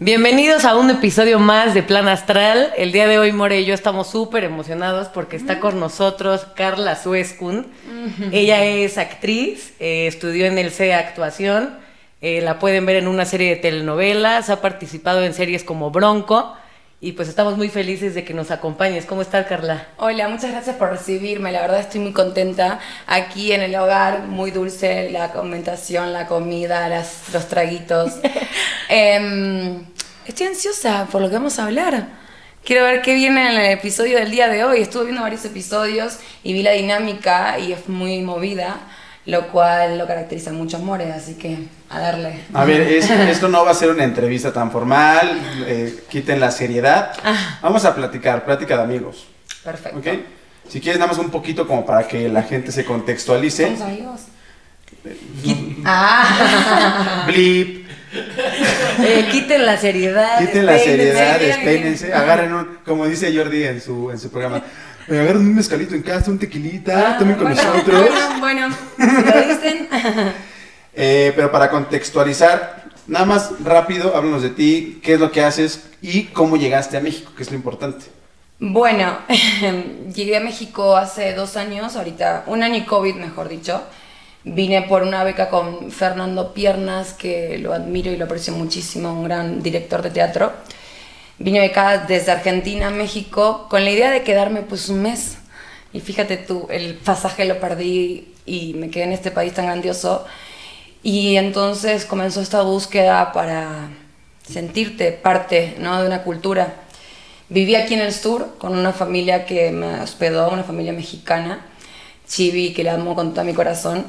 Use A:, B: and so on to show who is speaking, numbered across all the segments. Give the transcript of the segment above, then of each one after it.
A: Bienvenidos a un episodio más de Plan Astral. El día de hoy More y yo estamos súper emocionados porque está con nosotros Carla Suescun. Ella es actriz, eh, estudió en el CEA Actuación, eh, la pueden ver en una serie de telenovelas, ha participado en series como Bronco y pues estamos muy felices de que nos acompañes. ¿Cómo estás Carla?
B: Hola, muchas gracias por recibirme. La verdad estoy muy contenta aquí en el hogar, muy dulce la comentación, la comida, las- los traguitos. Em, estoy ansiosa por lo que vamos a hablar. Quiero ver qué viene en el episodio del día de hoy. Estuve viendo varios episodios y vi la dinámica y es muy movida, lo cual lo caracteriza mucho a More, así que a darle.
C: A ver, es- esto no va a ser una entrevista tan formal, eh, quiten la seriedad. Vamos a platicar, plática de amigos,
B: Perfecto.
C: ¿ok? Si quieres, damos un poquito como para que la gente se contextualice.
B: ¿Somos amigos? Ah,
C: Blip,
A: Eh, quiten la seriedad.
C: quiten la
A: despeínense.
C: seriedad,
B: bien.
C: despeínense, agarren un, como dice Jordi en su, en su programa, eh, agarren un mezcalito en casa, un tequilita, tomen con
B: Ah, bueno,
C: nosotros.
B: Bueno, bueno, si lo dicen.
C: Eh, pero para contextualizar, nada más rápido, háblanos de ti, qué es lo que haces y cómo llegaste a México, que es lo importante.
B: Bueno, llegué a México hace dos años, ahorita, un año y COVID, mejor dicho. Vine por una beca con Fernando Piernas, que lo admiro y lo aprecio muchísimo, un gran director de teatro. Vine becada desde Argentina a México con la idea de quedarme pues un mes. Y fíjate tú, el pasaje lo perdí y me quedé en este país tan grandioso. Y entonces comenzó esta búsqueda para sentirte parte ¿no? de una cultura. Viví aquí en el sur con una familia que me hospedó, una familia mexicana, Chibi, que la amo con todo mi corazón.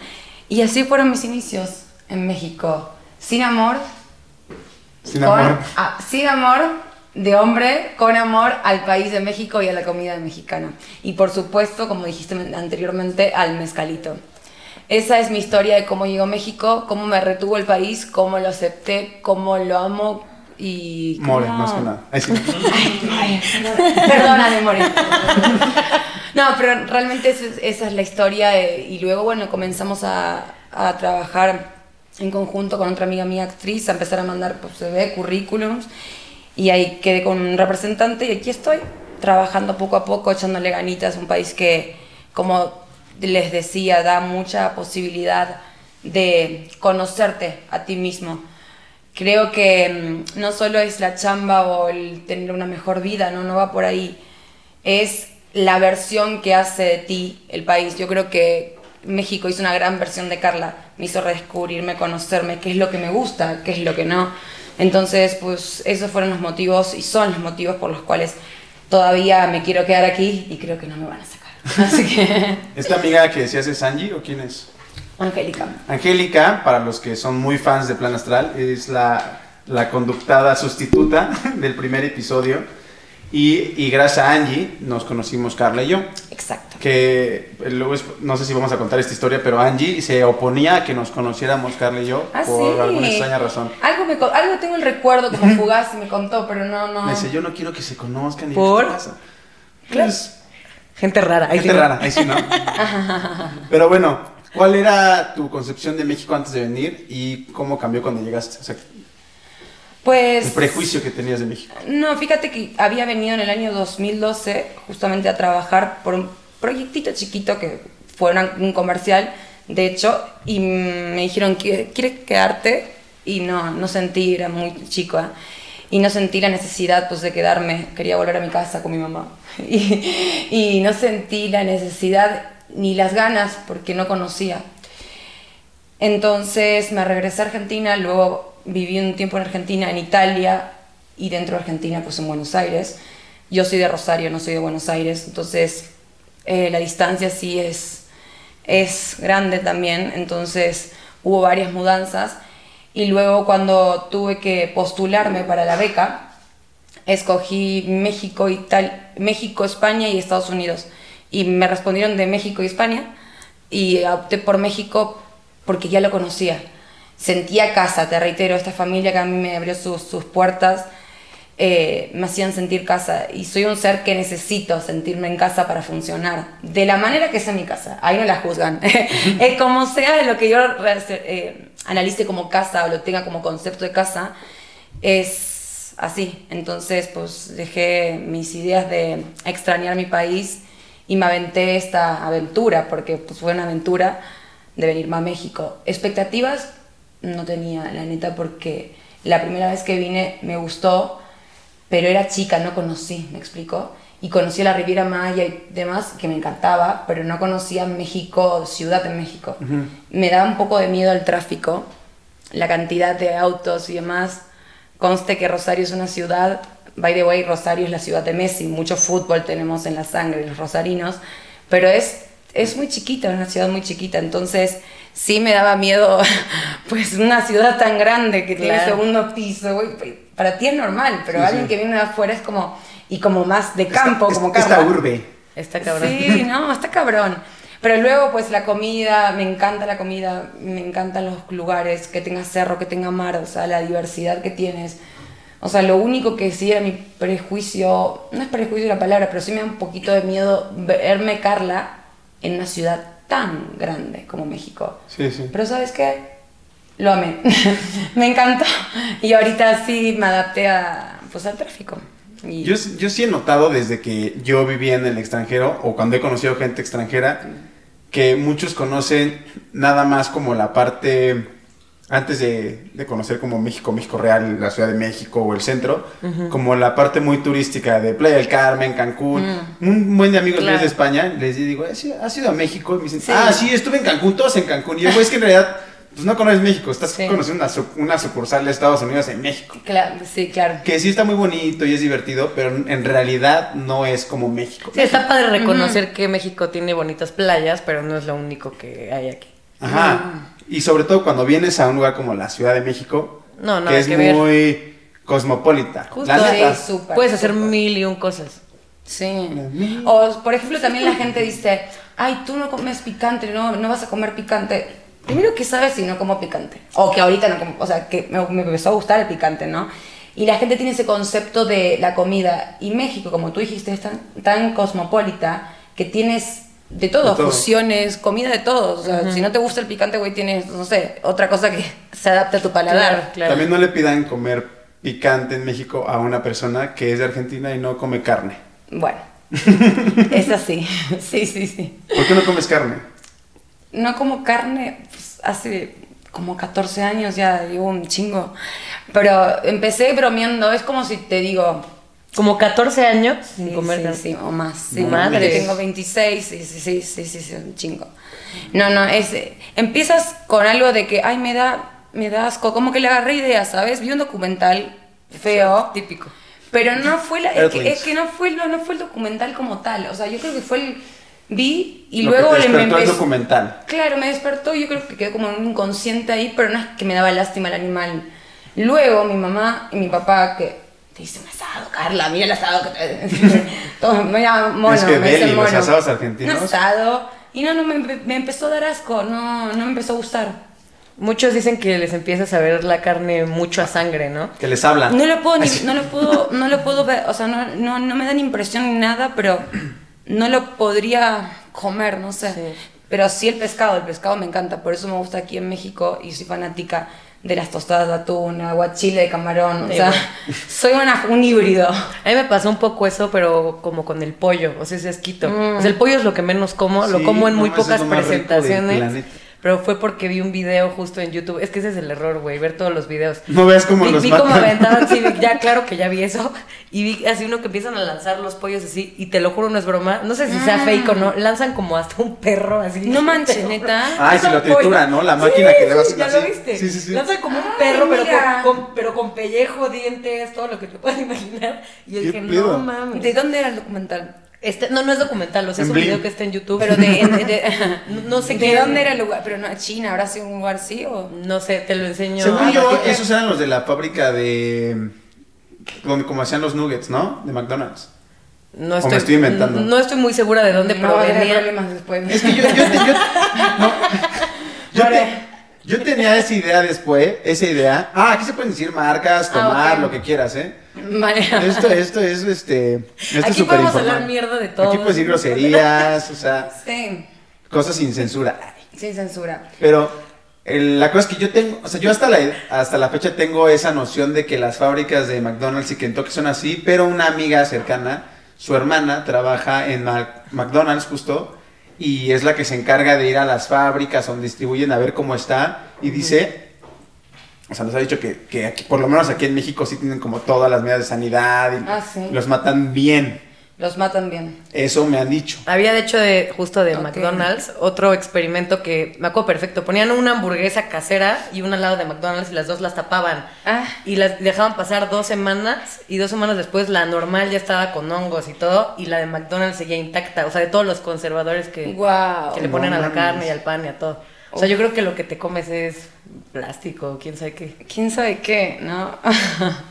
B: Y así fueron mis inicios en México. Sin amor,
C: Sin
B: con-
C: amor.
B: ah, sin amor de hombre, con amor al país de México y a la comida mexicana. Y por supuesto, como dijiste men- anteriormente, al mezcalito. Esa es mi historia de cómo llegó a México, cómo me retuvo el país, cómo lo acepté, cómo lo amo y...
C: More,
B: cómo-
C: más que nada. Ahí sí.
B: Perdóname, More. No, pero realmente esa es, esa es la historia. eh, y luego, bueno, comenzamos a, a trabajar en conjunto con otra amiga mía actriz, a empezar a mandar pues, CV, currículums. Y ahí quedé con un representante y aquí estoy, trabajando poco a poco, echándole ganitas. Un país que, como les decía, da mucha posibilidad de conocerte a ti mismo. Creo que mm, no solo es la chamba o el tener una mejor vida, no, no va por ahí. Es la versión que hace de ti el país. Yo creo que México hizo una gran versión de Carla. Me hizo redescubrirme, conocerme, qué es lo que me gusta, qué es lo que no. Entonces, pues esos fueron los motivos y son los motivos por los cuales todavía me quiero quedar aquí y creo que no me van a sacar. Así que,
C: Esta amiga que decías es Angie o quién es?
B: Angélica.
C: Angélica, para los que son muy fans de Plan Astral, es la, la conductada sustituta del primer episodio. Y, y gracias a Angie nos conocimos Carla y yo.
B: Exacto.
C: Que eh, luego es- no sé si vamos a contar esta historia, pero Angie se oponía a que nos conociéramos Carla y yo
B: Ah,
C: por
B: sí.
C: alguna extraña razón.
B: Algo, me, co- algo tengo el recuerdo como fugaz y me contó, pero no, no.
C: Me dice, yo no quiero que se conozcan. y yo,
A: ¿Por?
C: "¿Qué pasa?". Pues,
A: Gente rara. ahí
C: Gente
A: sí.
C: rara, ahí sí no. Pero bueno, ¿cuál era tu concepción de México antes de venir y cómo cambió cuando llegaste? O sea,
B: Pues.
C: el prejuicio que tenías de México.
B: No, fíjate que había venido en el año 2012 justamente a trabajar por un proyectito chiquito que fue una- un comercial, de hecho, y me dijeron, "¿Qui- ¿quieres quedarte? Y no, no sentí, era muy chica, y no sentí la necesidad pues, de quedarme, quería volver a mi casa con mi mamá. Y, y no sentí la necesidad ni las ganas porque no conocía. Entonces me regresé a Argentina, luego viví un tiempo en Argentina, en Italia y dentro de Argentina, pues en Buenos Aires. Yo soy de Rosario, no soy de Buenos Aires, entonces eh, la distancia sí es, es grande también, entonces hubo varias mudanzas y luego cuando tuve que postularme para la beca, escogí México, Ital México, España y Estados Unidos. Y me respondieron de México y España y opté por México porque ya lo conocía. Sentía casa, te reitero, esta familia que a mí me abrió sus, sus puertas eh, me hacían sentir casa. Y soy un ser que necesito sentirme en casa para funcionar. De la manera que sea mi casa, ahí no la juzgan. es como sea lo que yo re- eh, analice como casa o lo tenga como concepto de casa, es así. Entonces, pues dejé mis ideas de extrañar mi país y me aventé esta aventura, porque pues, fue una aventura de venirme a México. Expectativas no tenía, la neta, porque la primera vez que vine me gustó, pero era chica, no conocí, me explico. Y conocí la Riviera Maya y demás, que me encantaba, pero no conocía México, Ciudad de México.
C: Ujú.
B: Me daba un poco de miedo el tráfico, la cantidad de autos y demás. Conste que Rosario es una ciudad, by the way, Rosario es la ciudad de Messi, mucho fútbol tenemos en la sangre, los rosarinos, pero es, es muy chiquita, es una ciudad muy chiquita, entonces sí me daba miedo, pues una ciudad tan grande que tiene
A: Claro.
B: segundo piso, güey, para ti es normal, pero
C: Sí,
B: alguien
C: sí.
B: que viene de afuera es como, y como más de campo,
C: Esta-
B: como
C: Esta
B: Carla.
C: urbe.
A: Está cabrón.
B: Sí, no, está cabrón. Pero luego, pues la comida, me encanta la comida, me encantan los lugares, que tenga cerro, que tenga mar, o sea, la diversidad que tienes. O sea, lo único que sí era mi prejuicio, no es prejuicio la palabra, pero sí me da un poquito de miedo verme Carla en una ciudad tan grande como México.
C: Sí, sí.
B: Pero ¿sabes qué? Lo amé. me encantó. Y ahorita sí me adapté a, pues, al tráfico. Y-
C: Yo, yo sí he notado desde que yo vivía en el extranjero o cuando he conocido gente extranjera que muchos conocen nada más como la parte antes de, de conocer como México, México Real, la Ciudad de México o el centro, como la parte muy turística de Playa del Carmen, Cancún.
B: Mm.
C: Un buen de amigos míos
A: Claro.
C: de España les digo, "¿Has ido- ¿has ido a México? Y me dicen,
B: Sí.
C: ah, sí, estuve en Cancún, todos en Cancún. Y yo, "Güey, es que en realidad pues, no conoces México, estás
B: Sí.
C: conociendo una, suc- una sucursal de Estados Unidos en México.
B: Cla- sí, claro.
C: Que sí está muy bonito y es divertido, pero en realidad no es como México.
A: Sí, está padre reconocer que México tiene bonitas playas, pero no es lo único que hay aquí. Mm.
C: Ajá. Y sobre todo cuando vienes a un lugar como la Ciudad de México,
A: No, nada
C: que es
A: que ver.
C: muy cosmopolita.
A: Justo,
C: la neta.
B: sí, súper,
A: Puedes hacer
B: súper.
A: mil y un cosas.
B: Sí. O, por ejemplo, también la gente dice, ay, tú no comes picante, no, no vas a comer picante. Primero que sabes si no como picante. O que ahorita no como, o sea, que me, me empezó a gustar el picante, ¿no? Y la gente tiene ese concepto de la comida. Y México, como tú dijiste, es tan, tan cosmopolita que tienes de todo,
C: De todo.
B: fusiones, comida de todo. O sea, si no te gusta el picante, güey, tienes, no sé, otra cosa que se adapte a tu paladar.
A: Claro, Ah, claro.
C: También no le pidan comer picante en México a una persona que es de Argentina y no come carne.
B: Bueno, es así. Sí, sí, sí.
C: ¿Por qué no comes carne?
B: No como carne pues, hace como 14 años ya, llevo un chingo. Pero empecé bromeando, es como si te digo...
A: Como 14 años sin
B: sí,
A: comer
B: sí,
A: carne.
B: sí, o más. Sí,
A: Madre.
B: porque Tengo 26, sí, sí, sí, sí, sí, sí, un chingo. No, no, es... eh, Empiezas con algo de que, ay, me da, me da asco, como que le agarré idea, ¿sabes? Vi un documental feo.
A: Típico.
B: Pero no fue la, es, que,
C: Earthlings.
B: es que no fue no, no fue el documental como tal. O sea, yo creo que fue el vi y
C: Lo que
B: luego
C: te
B: le me
C: despertó el
B: empezó-
C: documental.
B: Claro, me despertó y yo creo que quedó como un inconsciente ahí, pero no es que me daba lástima el animal. Luego mi mamá y mi papá que te hice un asado, Carla, mira el asado que te... Todo, me llama mono,
C: Es que
B: me dicen
C: deli, los
B: mono.
C: asados argentinos.
B: Un asado. Y no, no, me, empe- me empezó a dar asco, no, no me empezó a gustar.
A: Muchos dicen que les empieza a saber la carne mucho a sangre, ¿no?
C: Que les hablan.
B: No lo puedo, ni- no lo puedo, no lo puedo ver, o sea, no, no, no me dan impresión ni nada, pero no lo podría comer, no sé.
A: Sí.
B: Pero sí el pescado, el pescado me encanta, por eso me gusta aquí en México y soy fanática de las tostadas de atún, aguachile de camarón, o
A: Sí,
B: sea,
A: bueno.
B: soy una- un híbrido.
A: A mí me pasó un poco eso, pero como con el pollo, o sea, ese asquito.
B: Mm.
A: O sea, el pollo es lo que menos como, lo
C: Sí,
A: como en
C: no
A: muy
C: mames, es
A: pocas
C: lo más rico del
A: presentaciones.
C: planeta.
A: Pero fue porque vi un video justo en YouTube. Es que ese es el error, güey, ver todos los videos.
C: No veas cómo
A: vi,
C: los
A: vi
C: matan.
A: cómo aventaban, sí, vi- ya claro que ya vi eso. Y vi así uno que empiezan a lanzar los pollos así, y te lo juro, no es broma. No sé si sea fake o no, lanzan como hasta un perro así.
B: Ah. No manches,
A: Te lo juro.
B: neta.
C: Ay, si lo trituran, ¿no? La máquina que le vas a
A: ¿Ya
C: así.
A: lo viste?
C: Sí, sí, sí.
A: Lanza como un
B: Ay,
A: perro, pero
B: mira.
A: con, con- pero con pellejo, dientes, todo lo que te puedas imaginar. Y yo
C: ¿Qué
A: dije,
C: pedo?
A: no mames.
B: ¿De dónde era el documental?
A: Este- no, no es documental, o sea, es
C: En
A: un
C: Blim.
A: video que está en YouTube.
B: Pero de, de- de-
A: No- no sé
B: ¿De
A: quién-
B: dónde era el lugar, pero no, China, ¿habrá sido un lugar así o...?
A: No sé, te lo enseño.
C: Según
A: Ay,
C: yo,
A: ahorita.
C: esos eran los de la fábrica de. Donde como hacían los nuggets, ¿no? De McDonald's.
A: No
C: o me estoy inventando.
A: No estoy muy segura de dónde
B: No, voy a tener
A: provenía.
B: problemas después.
C: Es que yo, yo, te- yo- no. Yo te- yo tenía esa idea después, esa idea. Ah, aquí se pueden decir marcas,
B: Ah,
C: tomar,
B: ok.
C: lo que quieras, ¿eh?
B: Vale.
C: Esto, esto es este. Esto
A: Aquí
C: es
A: podemos
C: superinformal.
A: hablar mierda de todo.
C: Aquí puedes decir groserías, o sea,
B: Sí,
C: cosas sin censura.
B: sin censura.
C: Pero el- la cosa es que yo tengo, o sea, yo hasta la, hasta la fecha tengo esa noción de que las fábricas de McDonald's y Kentucky son así, pero una amiga cercana, su hermana, trabaja en Mac- McDonald's justo, y es la que se encarga de ir a las fábricas donde distribuyen a ver cómo está, y dice, o sea, nos ha dicho que, que aquí- por lo menos aquí en México sí tienen como todas las medidas de sanidad y
B: Ah, sí.
C: los matan bien,
B: Los matan bien.
C: eso me han dicho.
A: Había de hecho de justo de
B: Ok.
A: McDonald's otro experimento que me acuerdo perfecto. Ponían una hamburguesa casera y una al lado de McDonald's y las dos las tapaban.
B: Ah.
A: Y las dejaban pasar dos semanas y dos semanas después la normal ya estaba con hongos y todo y la de McDonald's seguía intacta. O sea, de todos los conservadores que,
B: Guau.
A: que le ponen a la
C: No
A: carne
C: mames.
A: y al pan y a todo. O sea, yo creo que lo que te comes es plástico, quién sabe qué.
B: ¿Quién sabe qué? ¿No?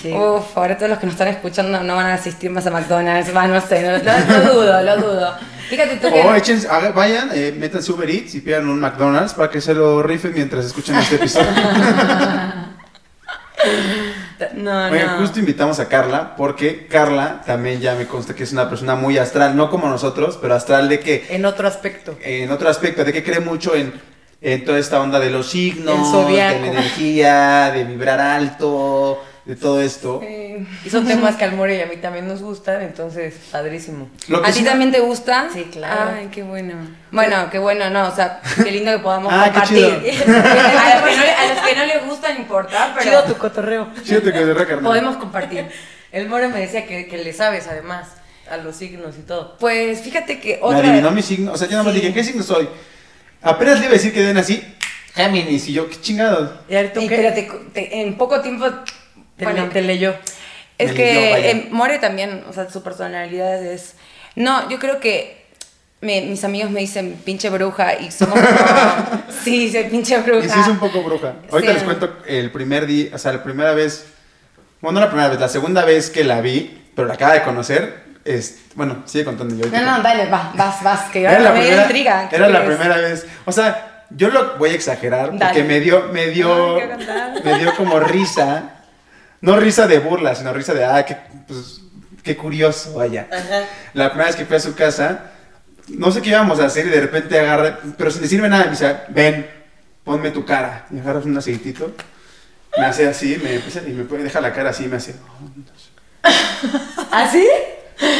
A: Sí.
B: Uf, ahora todos los que nos están escuchando no van a asistir más a McDonald's, más no sé, no, lo, lo dudo, lo dudo. Fíjate tú que...
C: O échense- haga- vayan, eh, métanse Uber Eats y pidan un McDonald's para que se lo rifen mientras escuchan este episodio.
B: No,
C: Oigan,
B: no.
C: justo invitamos a Carla porque Carla también ya me consta que es una persona muy astral, no como nosotros, pero astral de que,
A: En otro aspecto.
C: en otro aspecto, de que cree mucho en, en toda esta onda de los
A: El
C: signos, de la
A: zodiaco.
C: energía, de vibrar alto, de todo esto.
B: Eh,
A: Y son temas que al More y a mí también nos gustan, entonces, padrísimo.
C: Lo que
B: ¿A
C: sí
B: ti
C: me-
B: también te gusta?
A: Sí, claro.
B: Ay, qué bueno. Bueno, qué bueno, no, o sea, qué lindo que podamos
C: Ah, qué
B: compartir.
C: chido.
B: a, los que no, le- a los que no les gusta, no importa, pero
A: Chido tu cotorreo.
C: Siento que de verdad, carnal.
A: Podemos compartir. El More me decía que, que le sabes además a los signos y todo.
B: pues fíjate que
C: Me
B: otra...
C: adivinó mi signo. O sea, yo nada más
B: Sí.
C: dije, ¿qué signo soy? Apenas le iba a decir que den así, Géminis, y yo, qué chingados.
A: Y a ver, tú
B: Y
A: qué?
B: pero te- te- en poco tiempo...
A: Te,
B: bueno,
A: le- te leyó.
B: Es
C: Me leyó, vaya.
B: que eh, More también, o sea, su personalidad es... No, yo creo que me- mis amigos me dicen pinche bruja y somos como... sí, soy pinche bruja.
C: Y sí es un poco bruja. Ahorita
B: Sí.
C: les cuento el primer día, o sea, la primera vez, bueno, no la primera vez, la segunda vez que la vi, pero la acaba de conocer, es, bueno, sigue contando yo.
B: No,
C: ahorita.
B: no, dale, va, vas, vas, que
C: era
B: ahora
C: la
B: me
C: primera,
B: intriga. ¿qué
C: era la
B: crees?
C: primera vez, o sea, yo lo voy a exagerar porque
B: Dale.
C: me dio, me dio,
B: No, quiero contar.
C: me dio como risa, no risa de burla, sino risa de, ah, qué, pues, qué curioso, vaya. La primera vez que fui a su casa, no sé qué íbamos a hacer y de repente agarra, pero sin decirme nada, me dice, ven, ponme tu cara. Y agarras un aceitito, me hace así, me empieza y me pone- deja la cara así, me hace,
B: ¿Ah,
A: ¿Así?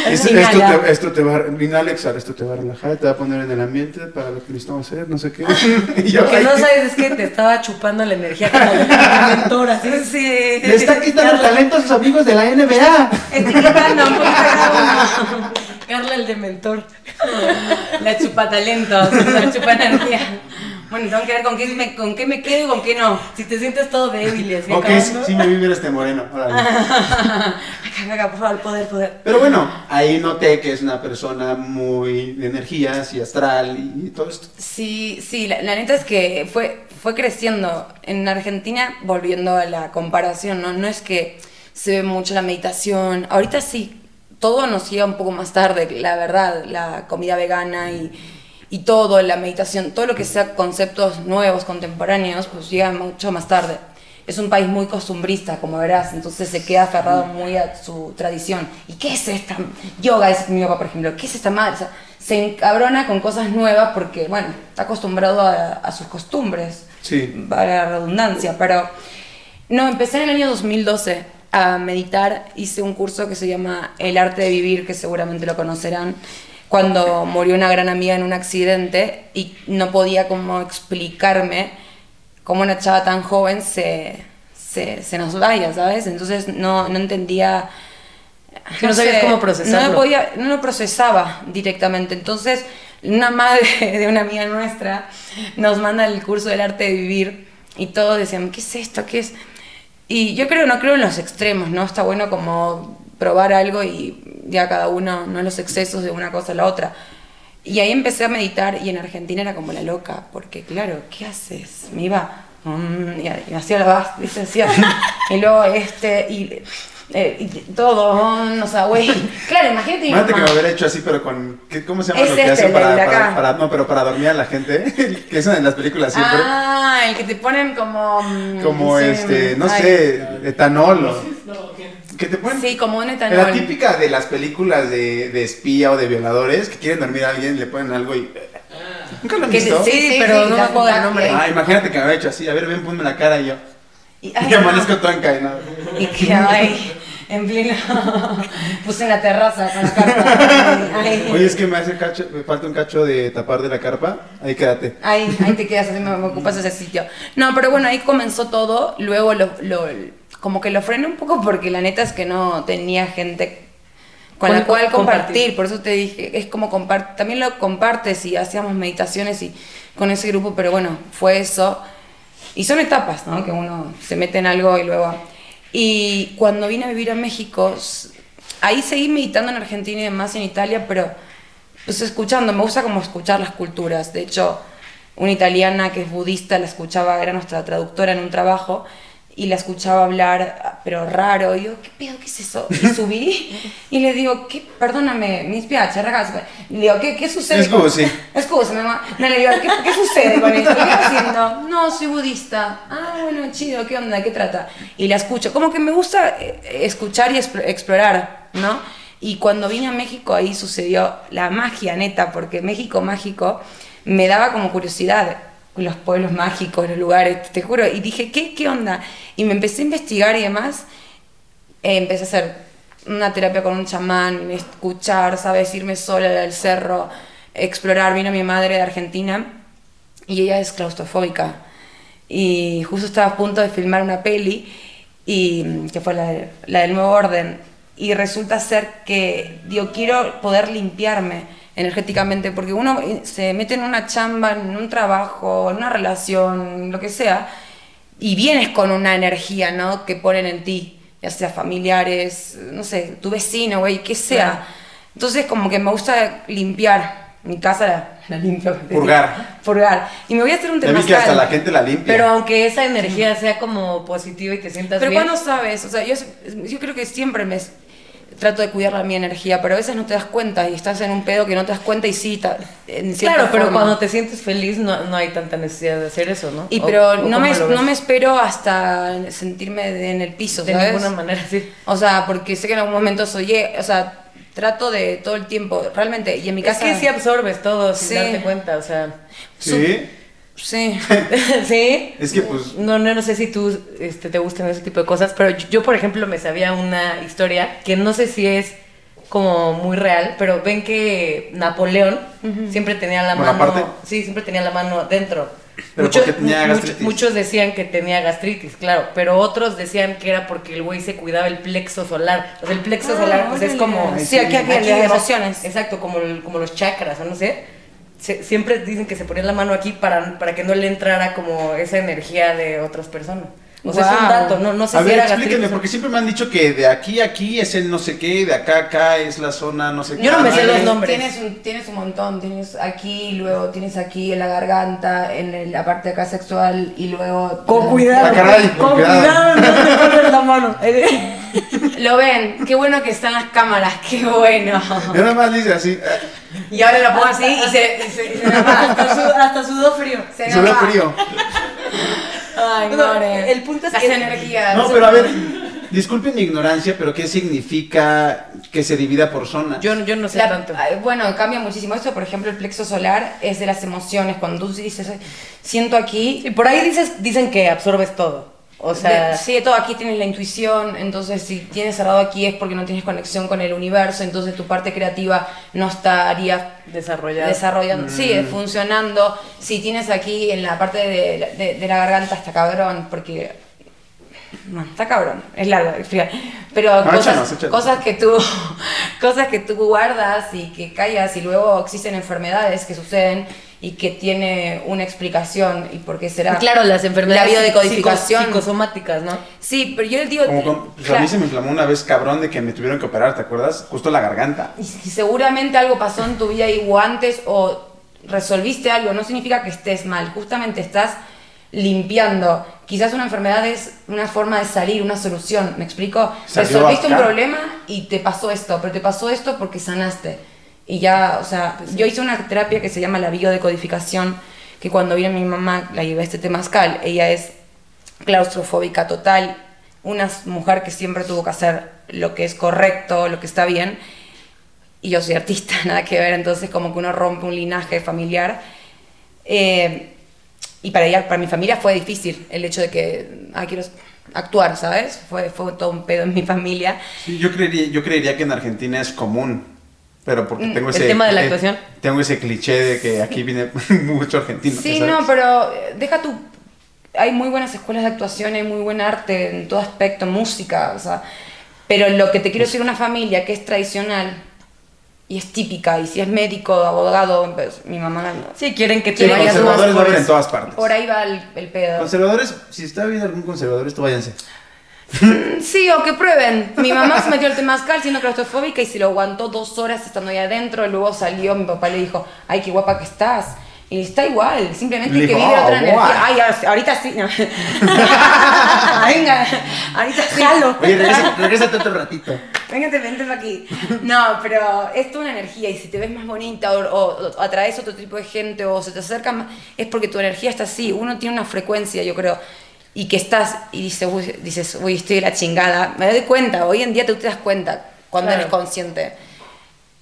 C: "Es-
A: Inhala.
C: esto, te, esto te va, a- inhala, exhala, esto te va a relajar, te va a poner en el ambiente para lo que necesitamos hacer, no sé qué. y yo,
A: Lo que
C: "Ay,
A: no
C: qué-
A: sabes es que te estaba chupando la energía como de la mentora. ¿sí?
B: Sí.
C: le está quitando el talento a sus amigos de la NBA.
B: Estoy quitando un poco cada uno.
A: Carla el de mentor.
B: La chupa talentos, la chupa energía. Bueno, tengo que ver con qué me, con qué me quedo y con qué no.
A: Si te sientes todo débil y así
C: Ok,
A: acabando.
C: si me vi mira este moreno. órale.
B: Acá, acá, por favor, poder, poder.
C: Pero bueno, ahí noté que es una persona muy de energías y astral y, y todo esto.
B: Sí, sí, la, la neta es que fue, fue creciendo en Argentina, volviendo a la comparación, ¿no? No es que se ve mucho la meditación. Ahorita sí, todo nos llega un poco más tarde, la verdad, la comida vegana y, y todo, la meditación, todo lo que sea conceptos nuevos, contemporáneos, pues llega mucho más tarde. Es un país muy costumbrista, como verás, entonces se queda aferrado muy a su tradición. ¿Y qué es esta yoga? Es mi papá, por ejemplo. ¿Qué es esta madre? O sea, se encabrona con cosas nuevas porque, bueno, está acostumbrado a, a sus costumbres.
C: Sí.
B: Para la redundancia, pero... No, empecé en el año 2012 a meditar. Hice un curso que se llama El arte de vivir, que seguramente lo conocerán. Cuando murió una gran amiga en un accidente y no podía como explicarme cómo una chava tan joven se, se, se nos vaya, ¿sabes? Entonces no, no entendía...
A: Que no sabías cómo procesarlo.
B: No, lo podía- no lo procesaba directamente. Entonces una madre de una amiga nuestra nos manda el curso del arte de vivir y todos decían, ¿qué es esto? ¿Qué es? Y yo creo, no creo en los extremos, ¿no? Está bueno como probar algo y ya cada uno, no los excesos de una cosa a la otra. Y ahí empecé a meditar y en Argentina era como la loca, porque claro, ¿qué haces? Me iba, mm, y, y hacía la vas, ¿viste? Hacía- y luego este, y, eh, y todo, mm, o sea, güey. Claro, imagínate. mi
C: Imagínate que
B: mamá.
C: me hubiera hecho así, pero con. ¿qué- ¿Cómo se llama
B: Es
C: lo que
B: este,
C: hacen
B: el de
C: para,
B: acá.
C: para, para- No, pero para dormir a la gente. que eso en las películas siempre.
B: Ah, el que te ponen como... mm,
C: como
B: sí,
C: este, no
B: ay.
C: sé, etanol. o- que te ponen.
B: Sí, como un etanol.
C: La típica de las películas de, de espía o de violadores que quieren dormir a alguien, le ponen algo y. ¿Nunca lo han
B: Que
C: visto?
A: Sí, pero no me
B: la-
A: acuerdo del
B: la-
A: nombre.
C: Ah, imagínate que me había hecho así. A ver, ven, ponme la cara y yo.
B: Y, ay,
C: Y amanezco
B: no.
C: todo encadenado.
B: Y que, ay, en pleno, puse en la terraza con la carpa. Ay,
C: Oye, es que me, hace cacho, me falta un cacho de tapar de la carpa. Ahí quédate.
B: Ahí, ahí te quedas, así me me ocupas ese sitio. No, pero bueno, ahí comenzó todo. Luego lo, lo- como que lo frené un poco porque la neta es que no tenía gente con,
A: Con
B: la cual
A: cu- compartir.
B: compartir. Por eso te dije, es como compartir. También lo compartes y hacíamos meditaciones y con ese grupo, pero bueno, fue eso. Y son etapas, ¿no? Que uno se mete en algo y luego... Y cuando vine a vivir a México, s- ahí seguí meditando en Argentina y demás, en Italia, pero pues escuchando, me gusta como escuchar las culturas. De hecho, una italiana que es budista la escuchaba, era nuestra traductora en un trabajo, y la escuchaba hablar, ah, pero raro. Y yo, ¿qué pedo? ¿Qué es eso? Y subí y le digo, ¿qué? Perdóname, mi spiace, ragazzi. Le digo, ¿qué, qué sucede? con-
C: Scusi.
B: Escúchame, mamá. No le digo, ¿qué, qué sucede con esto? ¿Qué estás haciendo? No, soy budista. Ah, bueno, chido, ¿qué onda? ¿Qué trata? Y la escucho. Como que me gusta eh, escuchar y expl- explorar, ¿no? Y cuando vine a México, ahí sucedió la magia, neta, porque México mágico me daba como curiosidad los pueblos mágicos, los lugares, te juro. Y dije, ¿qué, qué onda? Y me empecé a investigar y demás. Eh, empecé a hacer una terapia con un chamán, escuchar, ¿sabes? Irme sola al cerro, explorar. Vino mi madre de Argentina y ella es claustrofóbica. Y justo estaba a punto de filmar una peli, y, mm, que fue la, de- la del Nuevo Orden. Y resulta ser que, digo, quiero poder limpiarme energéticamente, porque uno eh, se mete en una chamba, en un trabajo, en una relación, lo que sea, y vienes con una energía, ¿no? Que ponen en ti, ya sea familiares, no sé, tu vecino, güey, que sea. Entonces, como que me gusta limpiar. Mi casa la, la limpio.
C: Purgar.
B: Purgar. Y me voy a hacer un
C: Ya vi que hasta
B: temazcal.
C: la gente la limpia.
A: Pero aunque esa energía sea como positiva y te sientas
B: Pero
A: bien.
B: cuando sabes, o sea, yo, yo creo que siempre me trato de cuidar la mi energía, pero a veces no te das cuenta y estás en un pedo que no te das cuenta y sí, ta- en cierta
A: Claro, pero
B: forma.
A: cuando te sientes feliz no, no hay tanta necesidad de hacer eso, ¿no?
B: Y
A: O-
B: pero
A: o
B: no,
A: cómo
B: me,
A: lo
B: no me
A: ves.
B: espero hasta sentirme de- en el piso,
A: De
B: ¿sabes?
A: ninguna manera, sí.
B: O sea, porque sé que en algún momento soy, eh, o sea, trato de todo el tiempo, realmente, y en mi
A: Es
B: casa...
A: que sí absorbes todo sin
B: Sí.
A: darte cuenta, o sea.
C: ¿Sí?
B: Sí.
A: sí.
C: Es que pues.
A: No, no, no sé si tú este, te gustan ese tipo de cosas, pero yo, yo, por ejemplo, me sabía una historia que no sé si es como muy real, pero ven que Napoleón siempre tenía la
C: Bueno,
A: mano,
C: aparte-
A: sí, siempre tenía la mano dentro.
C: Pero porque tenía gastritis.
A: muchos decían que tenía gastritis, claro, pero otros decían que era porque el güey se cuidaba el plexo solar. O sea, el plexo
B: Ah,
A: solar pues es
B: órale.
A: como
B: Sí, aquí, aquí, las
A: ¿no?
B: emociones.
A: Exacto, como, el- como los chakras, o no sé. Se- siempre dicen que se ponía la mano aquí para, para que no le entrara como esa energía de otras personas. O sea, es un
B: Guau.
A: dato, no, no sé
C: a
A: si
C: ver,
A: era
C: explíquenme,
A: gastritis o-
C: porque siempre me han dicho que de aquí a aquí es el no sé qué, de acá a acá es la zona no sé ¿eh? qué.
A: Yo no me sé
C: madre.
A: los nombres.
B: Tienes un, tienes un montón, tienes aquí, luego tienes aquí en la garganta, en el- la parte de acá sexual y luego...
A: Con cuidado,
C: Ah, caray, con
A: con cuidado,
C: cuidado.
A: no te pongas la mano.
B: Lo ven, qué bueno que están las cámaras, qué bueno.
C: Yo nada más le hice así. ah,
B: Y ahora lo pongo así y se, y se, y se nos va.
A: hasta, su- hasta sudó frío.
B: Se
C: y
B: nos
C: se ve
B: va.
C: frío.
B: Ay,
A: No,
B: more.
A: el punto es
B: Las
A: que-
B: energías.
C: No, pero a ver, disculpen mi ignorancia, pero ¿qué significa que se divida por zonas?
A: Yo, yo no sé
B: La-
A: tanto.
B: ay, bueno, cambia muchísimo esto. Por ejemplo, el plexo solar es de las emociones. Cuando tú dices, "Ay, siento aquí,
A: Y por ahí dices, dicen que absorbes todo. O sea,
B: De- sí, todo aquí tienes la intuición, entonces si tienes cerrado aquí es porque no tienes conexión con el universo, entonces tu parte creativa no estaría
A: desarrollado.
B: desarrollando, sí,
C: Mm.
B: eh, funcionando. Si tienes aquí en la parte de, de- de la garganta está cabrón, porque no, está cabrón, es largo, es fría. Pero
C: Ah,
B: cosas,
C: échanos, échanos.
B: cosas que tú cosas que tú guardas y que callas y luego existen enfermedades que suceden y que tiene una explicación y por qué será.
A: Claro, las enfermedades
B: La
A: psico-
B: biodecodificación.
A: psicosomáticas, ¿no?
B: Sí, pero yo les digo
C: Como con- pues a
B: claro.
C: mí se me inflamó una vez cabrón de que me tuvieron que operar, ¿te acuerdas? Justo la garganta.
B: Y si seguramente algo pasó en tu vida y o antes o resolviste algo, no significa que estés mal, justamente estás limpiando. Quizás una enfermedad es una forma de salir, una solución, ¿me explico?
C: Salió
B: Resolviste un
C: acá.
B: problema y te pasó esto, pero te pasó esto porque sanaste. Y ya, o sea, yo hice una terapia que se llama la biodecodificación, que cuando vino mi mamá la llevé a este temazcal, ella es claustrofóbica total, una mujer que siempre tuvo que hacer lo que es correcto, lo que está bien, y yo soy artista, nada que ver, entonces como que uno rompe un linaje familiar Eh, y para ella, para mi familia fue difícil el hecho de que, ah, quiero actuar, ¿sabes? Fue, fue todo un pedo en mi familia.
C: Sí, yo, creería, yo creería que en Argentina es común, pero porque
A: Mm,
C: tengo
A: el
C: ese...
A: tema de la
C: eh,
A: actuación.
C: tengo ese cliché de que aquí viene mucho argentino.
B: Sí,
C: ¿sabes?
B: no, pero eh, deja tu... Hay muy buenas escuelas de actuación, hay muy buen arte en todo aspecto, música, o sea... Pero lo que te quiero decir, una familia que es tradicional y es típica, y si es médico, abogado, pues, mi mamá... no-
A: Sí, quieren que te
B: Sí,
A: vayas más
C: conservadores va a
A: por
C: haber en
A: eso.
C: todas partes.
B: Por ahí va el, el pedo.
C: Conservadores, si está viendo algún conservador, esto váyanse.
B: Sí, o que prueben. Mi mamá se metió al temazcal siendo claustrofóbica y se lo aguantó dos horas estando ahí adentro. Luego salió, mi papá le dijo, ay, qué guapa que estás. Y está igual, simplemente
C: Le
B: que
C: dijo,
B: vive
C: "Ah,
B: otra
C: guay".
B: energía. Ay, ahor- ahorita sí. no. Venga, ahorita sí.
C: Oye, regresa- regrésate otro ratito.
B: Véngate, vente pa' aquí. No, pero es toda una energía y si te ves más bonita o, o- o atraes otro tipo de gente o se te acerca más, es porque tu energía está así. Uno tiene una frecuencia, yo creo, y que estás y dices, uy, dices, uy estoy de la chingada. Me doy cuenta, hoy en día tú te das cuenta cuando
A: Claro.
B: eres consciente.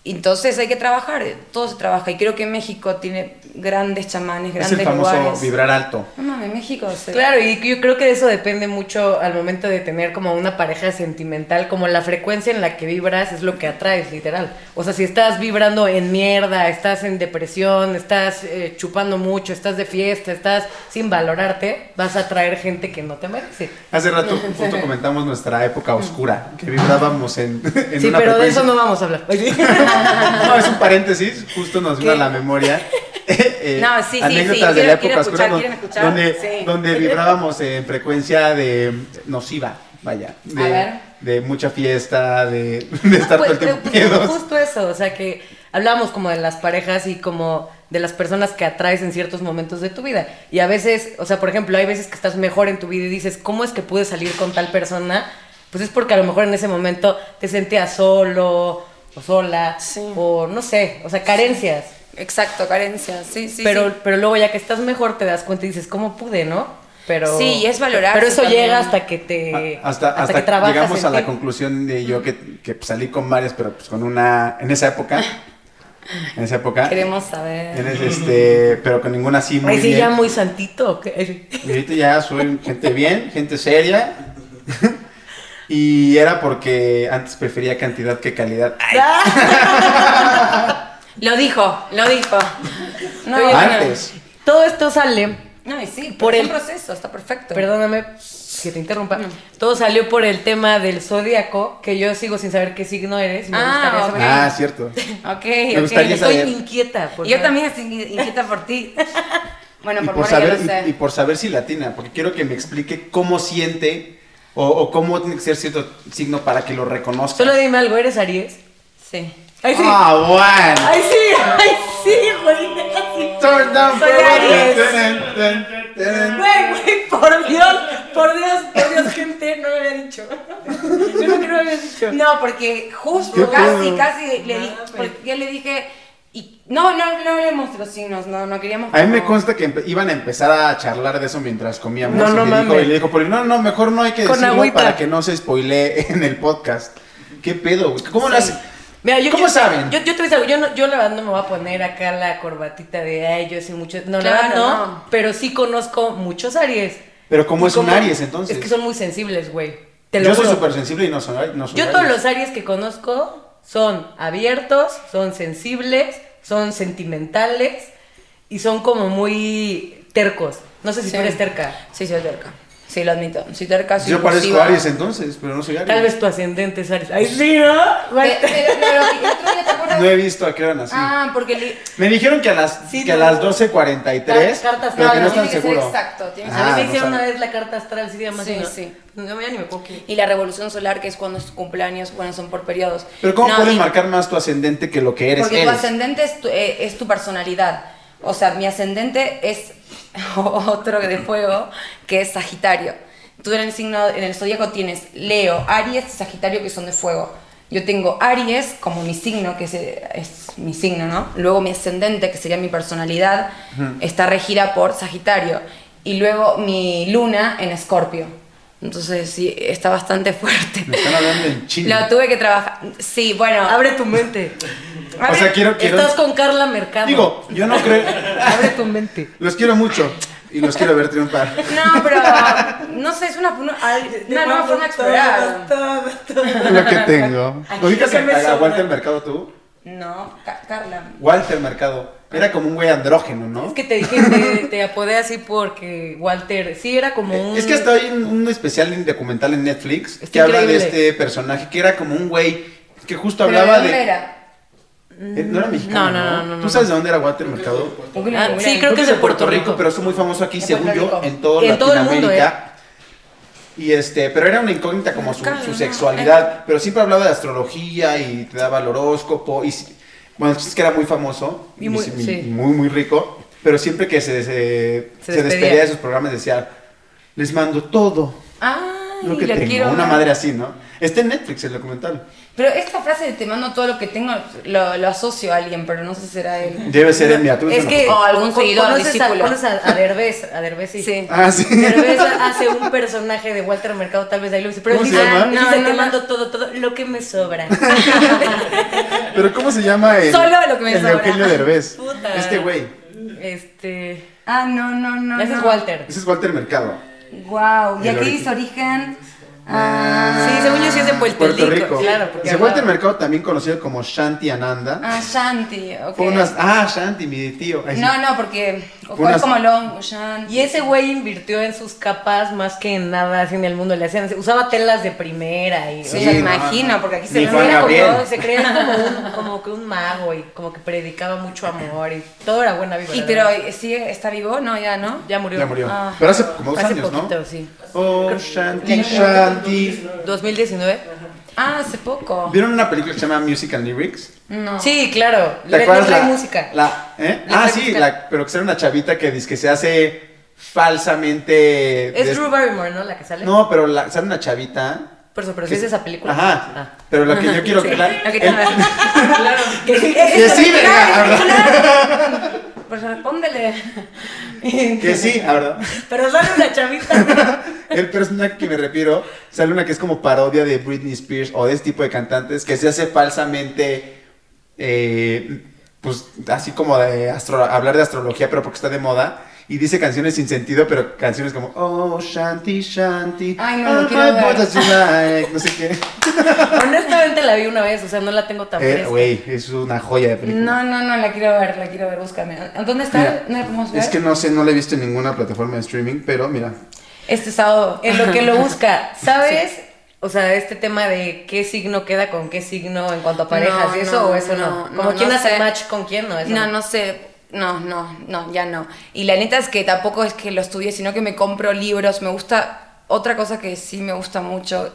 B: Entonces hay que trabajar, todo se trabaja y creo que México tiene grandes chamanes,
C: Es
B: grandes
C: el famoso
B: lugares.
C: vibrar alto.
B: No mames, México se-
A: Claro, y yo creo que de eso depende mucho al momento de tener como una pareja sentimental, como la frecuencia en la que vibras es lo que atraes, literal. O sea, si estás vibrando en mierda, estás en depresión, estás eh, chupando mucho, estás de fiesta, estás sin valorarte, vas a atraer gente que no te merece.
C: Hace rato justo comentamos nuestra época oscura, que vibrábamos en, en
A: sí,
C: una
A: pero de
C: frecuencia.
A: eso no vamos a hablar.
C: No, es un paréntesis, justo nos vino a
B: ¿Qué?
C: la memoria. eh,
B: No, sí, sí, sí,
C: anécdotas de
B: quiero-
C: la
B: quiero
C: época oscura
B: escuchar,
C: don-
B: quieren escuchar,
C: donde,
B: sí.
C: donde vibrábamos en frecuencia de nociva, vaya, de,
B: A ver.
C: de mucha fiesta, de, de estar todo el
A: Pues,
C: tiempo
A: eh,
C: pedos.
A: Justo eso, o sea que hablamos como de las parejas y como de las personas que atraes en ciertos momentos de tu vida. Y a veces, o sea, por ejemplo, hay veces que estás mejor en tu vida y dices, ¿cómo es que pude salir con tal persona? Pues es porque a lo mejor en ese momento te sentías solo o sola
B: Sí.
A: o no sé, o sea, carencias.
B: Exacto, carencia, sí, sí.
A: pero,
B: sí.
A: pero luego ya que estás mejor te das cuenta y dices, ¿cómo pude, no? Pero,
B: Sí, y es valorarse
A: Pero eso
B: también.
A: llega hasta que te.
C: A- Ah, hasta, hasta
A: que trabajas
C: llegamos
A: en
C: a la
A: ti.
C: conclusión de yo que, que salí con varias, pero pues con una, en esa época, en esa época,
B: Queremos saber.
C: en ese, este, pero con ninguna así muy
A: Ay, sí,
C: bien.
A: ya muy santito. ¿o qué?
C: Y ahorita ya soy gente bien, gente seria. Y era porque antes prefería cantidad que calidad. Ay,
B: Lo dijo, lo dijo. No,
A: Oye,
B: bueno.
C: antes.
A: Todo esto sale,
B: No, y sí,
A: Por
B: por el
A: el-
B: proceso, está perfecto.
A: perdóname que te interrumpa, todo salió por el tema del zodíaco, que yo sigo sin saber qué signo eres. y Me
B: Ah,
A: gustaría saber.
C: Ah, cierto.
B: Ok,
C: Me
B: ok.
C: gustaría
B: Estoy-
A: Estoy
C: saber.
A: inquieta. por
B: Yo
A: favor.
B: también estoy inquieta por ti. Bueno,
C: Y
B: por,
C: por,
B: Mora ya
C: saber,
B: lo sé.
C: y, y por saber si latina, porque quiero que me explique cómo siente o, o cómo tiene que ser cierto signo para que lo reconozca.
A: Solo dime algo, ¿eres Aries?
B: Sí.
A: Ay, sí.
C: Ah, bueno.
A: Ay, sí, ay, sí, güey. neta, sí.
C: Turn down
A: Soy
C: for what?
A: Aries.
C: Tenen, tenen, tenen.
A: Güey, güey, por Dios, por Dios, por Dios, gente, no me había dicho. Yo no creo que me había dicho.
B: No, porque
C: ¿Qué
B: justo
C: pedo?
B: casi, casi le dije,
A: Nada, pues.
B: porque le dije, y, no, no, no hablemos de los signos, no, no queríamos.
C: A mí me
B: como-
C: consta que empe- iban a empezar a charlar de eso mientras comíamos.
A: No,
C: y
A: no
C: le dijo-
A: mames.
C: y le dijo, Poli, no, no, mejor no hay que
A: Con
C: decirlo
A: agüita.
C: para que no se spoilee en el podcast. ¿Qué pedo? güey? ¿Cómo lo
A: Sí.
C: hace?
A: Mira, yo,
C: ¿Cómo
A: yo-
C: saben?
A: Yo, yo te voy a decir algo, yo, no- yo la verdad no me voy a poner acá la corbatita de ay, yo sé mucho. No, la verdad
B: Claro,
A: no,
B: no.
A: pero sí conozco muchos Aries.
C: Pero ¿cómo
A: Y
C: es un Aries entonces?
A: Es que son muy sensibles, güey. Te lo
C: Yo soy
A: juro.
C: súper sensible y no soy, no soy
A: Yo todos
C: Aries.
A: los Aries que conozco son abiertos, son sensibles, son sentimentales y son como muy tercos. No sé si
B: Sí.
A: tú eres terca.
B: Sí, soy terca. Sí, lo admito. Soy terca, soy
C: Yo parezco
B: impulsiva.
C: Aries entonces, pero no soy Aries.
A: Tal vez tu ascendente es Aries. Ay, sí, ¿no?
B: Pe-
A: Bueno.
B: Pero, pero, el otro día te acuerdas.
C: No he visto a qué hora nací.
B: Ah, porque le-
C: Me dijeron que a las,
A: Sí,
C: que a
A: no.
C: las 12.43,
A: Car- cartas,
C: pero
A: no,
C: que no
A: no,
C: están
B: tiene que ser
C: seguro.
B: exacto, tiene que
A: a mí
C: Ah,
A: me
C: no
A: hicieron
C: sabe.
A: una vez la carta astral, sí, además.
B: Sí,
A: no,
B: sí.
A: No, ya ni me puedo creer.
B: Y la revolución solar, que es cuando es tu cumpleaños, bueno, son por periodos.
C: Pero ¿cómo
B: No,
C: puedes
B: y-
C: marcar más tu ascendente que lo que eres?
B: Porque tu
C: Eres.
B: ascendente es tu, eh, es tu personalidad. O sea, mi ascendente es otro de fuego, que es Sagitario. Tú en el signo, en el zodíaco tienes Leo, Aries y Sagitario, que son de fuego. Yo tengo Aries como mi signo, que es, eh, es mi signo, ¿no? Luego mi ascendente, que sería mi personalidad, está regida por Sagitario. Y luego mi luna en Escorpio. Entonces, sí, está bastante fuerte.
C: Me están hablando en chino.
B: Lo tuve que trabajar. Sí, bueno.
A: Abre tu mente. A
C: o sea,
A: ver,
C: quiero, quiero.
A: Estás con Carla Mercado.
C: Digo, yo no creo.
A: Abre tu mente.
C: Los quiero mucho y los quiero ver triunfar.
B: No, pero no sé, es una, una, una nueva forma de explorar.
C: Lo que tengo.
B: Aquí
C: ¿Ubicas
B: lo que me
C: a, a
B: sobra.
C: Walter Mercado tú?
B: No, Ca- Carla.
C: Walter Mercado. Era como un güey andrógeno, ¿no?
A: Es que te dije, te, te apodé así porque Walter, sí, era como un...
C: Es que hasta hay un, un especial en- documental en Netflix
A: Está
C: que habla de
A: increíble.
C: este personaje que era como un güey que justo
B: ¿Pero
C: hablaba
B: dónde
C: de.
B: era?
C: eh, No era
A: No,
C: mexicano.
A: no, no, no, no,
C: ¿Tú sabes de dónde era Walter Mercado?
A: Ah, sí, creo que es de Puerto Rico.
C: pero es muy famoso aquí,
B: En
C: según
B: Puerto
C: yo,
B: Rico.
C: en todo
A: En todo el mundo, ¿eh?
C: Latinoamérica. Y este, pero era una incógnita como su,
B: Claro,
C: su
B: no.
C: sexualidad, pero siempre hablaba de astrología y te daba el horóscopo y si- bueno, es que era muy famoso
A: Y
C: y
A: muy-
C: si- y muy,
A: sí.
C: muy, rico, pero siempre que se,
A: Se
C: se, se
A: despedía.
C: despedía de sus programas decía, les mando todo
B: Ay,
C: lo que
B: la
C: tengo,
B: quiero
C: una
B: ver.
C: madre así, ¿no? Está en Netflix el documental.
B: Pero esta frase de te mando todo lo que tengo lo, lo asocio a alguien, pero no sé si será él.
C: Debe ser en mi atún,
A: Es
C: ¿no?
A: que
B: O algún
A: con-
B: seguidor,
A: conoces a,
B: discípulo.
A: conoces a, a Derbez, a Derbez sí.
B: Sí.
C: Ah, sí.
A: Derbez hace un personaje de Walter Mercado, tal vez de ahí lo hice, pero él
C: ¿Cómo
A: dice,
C: se llama?
A: "Ah, él
B: No,
A: dice,
B: no,
A: te
B: no.
A: mando todo, todo lo que me sobra.
C: Pero ¿cómo se llama el,
B: Solo lo que me
C: el de
B: sobra.
C: Eugenio Derbez?
A: Puta.
C: Este güey.
A: Este,
B: Ah, no, no, no.
A: ese
B: no.
A: es Walter.
C: Ese es Walter Mercado.
B: Wow. ¿Y
C: El
B: aquí
C: origen.
B: dice origen? Ah.
A: Sí, según yo sí es de Puerto,
C: Puerto Rico.
A: Claro, porque
C: Ese Walter
A: hablaba-
C: Mercado, también conocido como Shanti Ananda.
B: Ah, Shanti, ok.
C: Fue unas. Ah, Shanti, mi tío. Ay, sí.
B: No, no, porque o fue
C: unas-
B: como long, Shanti.
A: Y ese güey invirtió en sus capas más que en nada así en el mundo. Le hacían, usaba telas de primera y o
B: Sí,
A: sea,
B: me
C: no,
B: imagino,
C: no.
B: porque aquí
C: Ni
B: se
C: Juan
A: Era
B: mira
A: como-
C: Gabriel.
A: se creía como, un, como que un mago y como que predicaba mucho amor y todo era buena vida.
B: Y
A: la
B: pero
A: verdad.
B: sí está vivo, no, ya no.
A: ya murió.
C: Ya murió.
B: Ah.
C: Pero hace como dos
A: Hace
C: años,
A: poquito,
C: ¿no?
A: sí.
C: Oh, Shanti, Shanti.
A: 2019.
B: Ah, hace poco.
C: ¿Vieron una película que se llama Music and Lyrics?
B: No.
A: Sí, claro.
C: ¿Te
A: Le-
C: acuerdas
A: le trae
C: la
A: música.
C: La, ¿eh?
A: Le
C: Ah,
A: trae
C: sí,
A: música.
C: la, pero que era una chavita que dice que se hace falsamente.
A: es
C: des-
A: Drew Barrymore, ¿no? La que sale.
C: No, pero la, sale una chavita.
A: Por eso, pero
C: que-
A: sí es esa película.
C: Ajá.
A: Ah.
C: Pero lo que yo quiero que la.
B: La que
C: el-
B: tengo-
A: Claro.
C: que sí, verga, a ver,
B: Pues respóndele.
C: Que sí, a ver.
A: Pero sale una chavita.
C: El personaje que me refiero sale una que es como parodia de Britney Spears o de este tipo de cantantes que se hace falsamente, eh, pues así como de astro- hablar de astrología, pero porque está de moda. Y dice canciones sin sentido, pero canciones como Oh, Shanti, Shanti.
B: Ay, no, no
C: ah,
B: quiero
C: my
B: ver.
C: boy, that's right", No sé qué.
A: Honestamente la vi una vez, o sea, no la tengo tan
C: Eh,
A: fresca.
C: Güey, es una joya de película.
B: No, no, no, la quiero ver, la quiero ver, búscame. ¿Dónde está?
C: Mira,
B: ¿No la podemos ver?
C: es que no sé, no la he visto en ninguna plataforma de streaming, pero mira.
B: Este sábado.
A: en lo que lo busca, ¿sabes? O sea, este tema de qué signo queda con qué signo en cuanto a parejas
B: No,
A: y eso
B: no,
A: o eso no.
B: no,
A: Como
B: no,
A: quién
B: no
A: hace
B: sé.
A: match con quién, ¿no? Eso
B: No, no sé. No, no, no, ya no. Y la neta es que tampoco es que lo estudie, sino que me compro libros. Me gusta. Otra cosa que sí me gusta mucho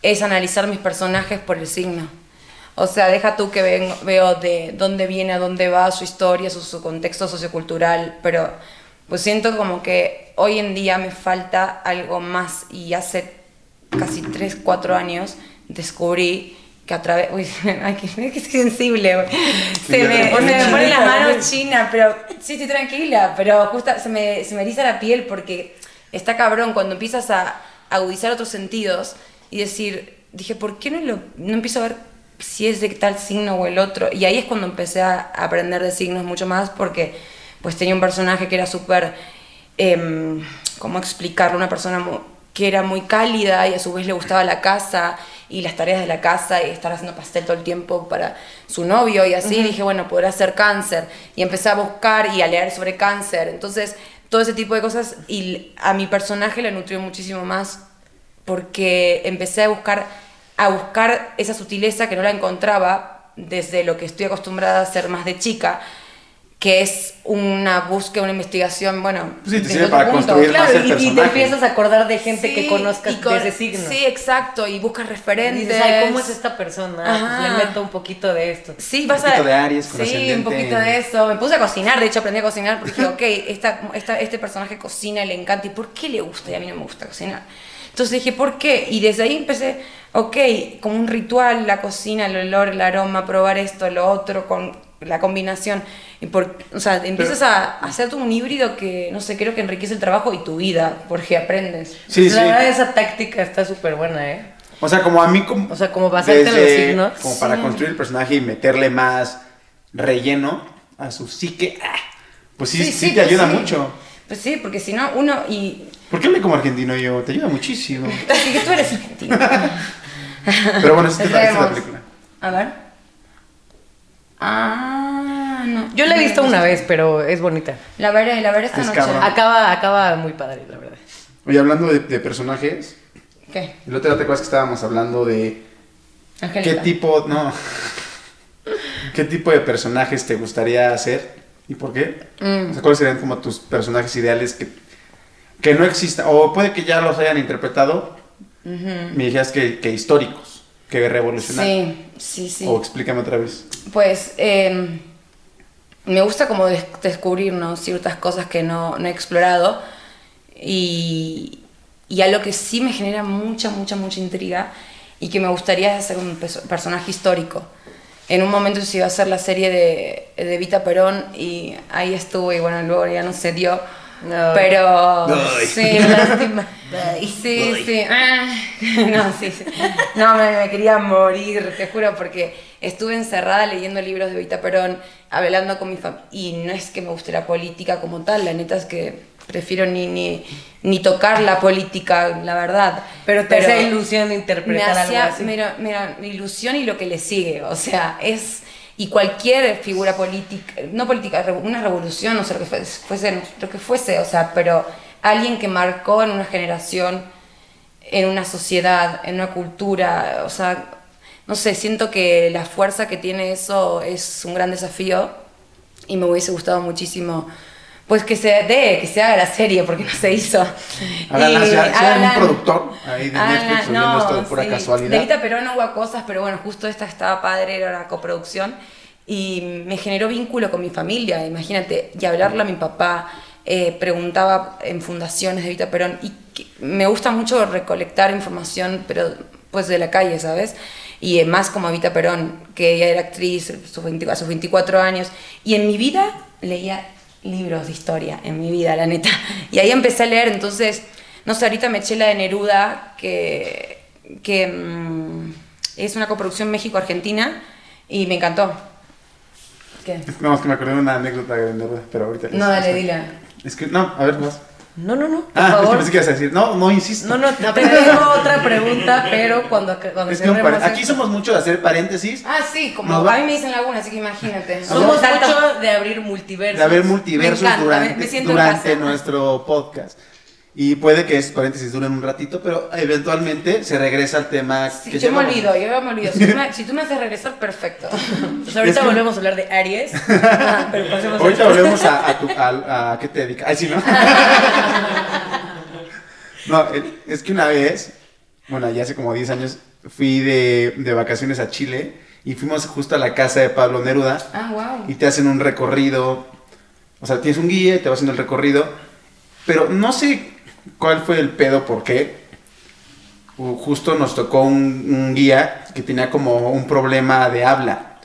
B: es analizar mis personajes por el signo. O sea, deja tú que ven- veo de dónde viene, a dónde va, su historia, su, su contexto sociocultural, pero pues siento como que hoy en día me falta algo más y hace casi 3, 4 años descubrí que a través... Uy, ay, que, que sensible, güey. Se
C: ya
B: me,
C: te
B: se
C: pones
B: me
A: china.
B: ponen las manos chinas, pero sí, estoy tranquila, pero justa, se me, se me eriza la piel porque está cabrón cuando empiezas a agudizar otros sentidos y decir, dije, ¿por qué no, lo, no empiezo a ver si es de tal signo o el otro? Y ahí es cuando empecé a aprender de signos mucho más porque pues tenía un personaje que era súper, em, ¿cómo explicarlo? Una persona mu- que era muy cálida y a su vez le gustaba la casa y las tareas de la casa y estar haciendo pastel todo el tiempo para su novio y así. Dije, bueno, podrá ser cáncer. Y empecé a buscar y a leer sobre cáncer. Entonces, todo ese tipo de cosas y l- a mi personaje le nutrió muchísimo más porque empecé a buscar, a buscar esa sutileza que no la encontraba desde lo que estoy acostumbrada a hacer más de chica que es una búsqueda, una investigación, bueno,
C: Pues sí, te
B: desde
C: sirve
B: otro
C: para construir más
A: Claro,
C: el
A: y- y, te
C: personaje.
A: empiezas a acordar de gente que
B: Sí,
A: conozcas
B: y con-
A: de ese signo.
B: Sí, exacto, y buscas
A: Y
B: referentes.
A: dices, ay, ¿cómo es esta persona? Ah, pues
B: Ajá.
A: le meto un poquito de esto.
B: Sí, vas
C: Un poquito
B: a...
C: de Aries con
B: Sí, un
C: ascendente
B: poquito
C: en-
B: de eso. Me puse a cocinar, de hecho aprendí a cocinar porque dije, ok, esta, esta- este personaje cocina y le encanta. ¿Y por qué le gusta? Y a mí no me gusta cocinar. Entonces dije, ¿por qué? Y desde ahí empecé, ok, como un ritual, la cocina, el olor, el aroma, probar esto, lo otro, con la combinación. Y por, o sea, empiezas a, a hacer tú un híbrido que, no sé, creo que enriquece el trabajo y tu vida, porque aprendes.
C: Sí,
A: Pues la
C: sí.
A: verdad, esa táctica está súper buena, ¿eh?
C: O sea, como a mí como...
A: O sea, como basarte en los signos.
C: Como para
B: Sí.
C: construir el personaje y meterle más relleno a su psique. ah, Pues sí, sí, te
B: pues
C: ayuda
B: sí.
C: mucho.
B: Pues sí, porque si no, uno. Y.
C: ¿Por qué hablé como argentino yo? Te ayuda muchísimo.
B: Así que tú eres argentino.
C: Pero bueno, sí te
B: Esperemos.
C: parece la película.
B: A ver. Ah, no.
A: Yo la he
B: No
A: visto una vez, pero es bonita.
B: La veré, la veré esta
C: Es
B: noche.
C: cabrón.
B: Ah,
A: Acaba, acaba muy padre, la verdad.
C: Oye, hablando de, de personajes,
B: ¿Qué?
C: el otro día te acuerdas que estábamos hablando de qué
B: Angélica.
C: tipo, no, qué tipo de personajes te gustaría hacer y por qué.
B: Mm.
C: O sea, ¿Cuáles serían como tus personajes ideales que, que no existan? O puede que ya los hayan interpretado, me dijeras que, que históricos, que revolucionarios.
B: Sí, sí, sí.
C: O explícame otra vez.
B: Pues eh, me gusta como des- descubrir ¿no? ciertas cosas que no, no he explorado y, y algo que sí me genera mucha, mucha, mucha intriga y que me gustaría es hacer un peso- personaje histórico. En un momento se iba a hacer la serie de, de Vita Perón y ahí estuve y bueno, luego ya no se dio.
A: No.
B: Pero
C: Ay.
B: sí, lástima. Sí, sí. ah. No, sí, sí. No, me, me quería morir, te juro, porque estuve encerrada leyendo libros de Vita Perón, hablando con mi familia. Y no es que me guste la política como tal, la neta es que prefiero ni, ni, ni tocar la política, la verdad.
A: Pero te hace ilusión interpretar
B: me hacía,
A: algo así.
B: Mira, mira, mi ilusión y lo que le sigue, o sea, es... Y cualquier figura política, no política, revo- una revolución, o sea, lo que fuese, fuese- lo que fuese, o sea, pero alguien que marcó en una generación, en una sociedad, en una cultura, o sea, no sé, siento que la fuerza que tiene eso es un gran desafío y me hubiese gustado muchísimo. Pues que se dé, que se haga la serie, porque no se hizo.
C: Háganla,
B: Y
C: sea- sea un
B: hagan-
C: productor ahí de Netflix subiendo esto de pura casualidad.
B: de Vita Perón hubo cosas, pero bueno, justo esta estaba padre, era una coproducción. Y me generó vínculo con mi familia, imagínate. Y hablarle a mi papá, eh, preguntaba en fundaciones de Vita Perón. Y que- me gusta mucho recolectar información, pero pues de la calle, ¿sabes? Y eh, más como a Vita Perón, que ella era actriz sus 20 a sus 24 años. Y en mi vida leía libros de historia, en mi vida, la neta. Y ahí empecé a leer, entonces, no sé, ahorita me eché la de Neruda, que que mm, es una coproducción México-Argentina y me encantó. ¿Qué?
C: No, es que me acordé de una anécdota de Nerda, pero ahorita.
B: No,
C: es-
B: dale,
C: es-
B: dila.
C: Es que, no, a ver, más.
A: No, no, no, por
C: Ah, es que
A: favor.
C: pensé que ibas a decir, no, no insisto.
A: No, no, te tengo otra pregunta, pero cuando, ac- cuando
C: Es que un par-
A: cerremos
C: aquí
A: esto.
C: somos muchos de hacer paréntesis,
B: Ah, sí, como
C: No, va-
B: a mí me dicen Laguna, así que imagínate.
A: Somos
B: Tanto-
A: mucho de abrir multiversos.
C: de haber multiversos
B: Me encanta,
C: durante,
B: me- me siento en
C: durante
B: casa.
C: nuestro podcast. Y puede que esos paréntesis duren un ratito, pero eventualmente se regresa al tema.
B: Sí,
C: que
B: yo me
C: llevamos.
B: olvido, yo me olvido. Si tú me, si tú me haces regresar, perfecto.
A: Entonces, ahorita
C: Es que-
A: volvemos a hablar de Aries. Ah, pero pasemos a-
C: Ahorita volvemos a, a, tu- a- a qué te dedicas. Ay, sí, ¿no? no, el- es que una vez, bueno, ya hace como 10 años, fui de, de vacaciones a Chile y fuimos justo a la casa de Pablo Neruda.
B: Ah, wow.
C: y te hacen un recorrido. O sea, tienes un guía y te va haciendo el recorrido. Pero no sé cuál fue el pedo, por qué. Ju- Justo nos tocó un, un guía que tenía como un problema de habla.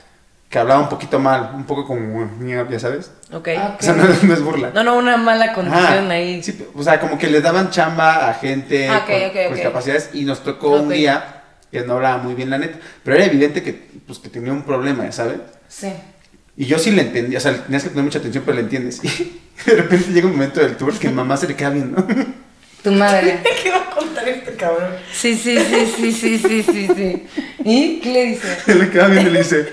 C: Que hablaba un poquito mal, un poco como, ya sabes.
A: Ok.
B: Ah.
C: O sea, no, no es burla.
A: No, no, una mala condición
C: Ajá.
A: ahí.
C: Ah. Sí, o sea, como que les daban chamba a gente
B: Ah, ok,
C: con,
B: ok,
C: con
B: ok.
C: discapacidades y nos tocó un
A: Ok.
C: guía que no hablaba muy bien la neta. Pero era evidente que, pues, que tenía un problema, ya ¿sabes?
B: Sí.
C: Y yo sí le entendí, o sea, le tenías que poner mucha atención, pero le entiendes. Y de repente llega un momento del tour que mamá se le queda viendo.
B: Tu madre.
A: ¿Qué va a contar este cabrón?
B: Sí, sí, sí, sí, sí, sí, sí, sí. ¿Y qué le dices?
C: Se le queda viendo y le dice,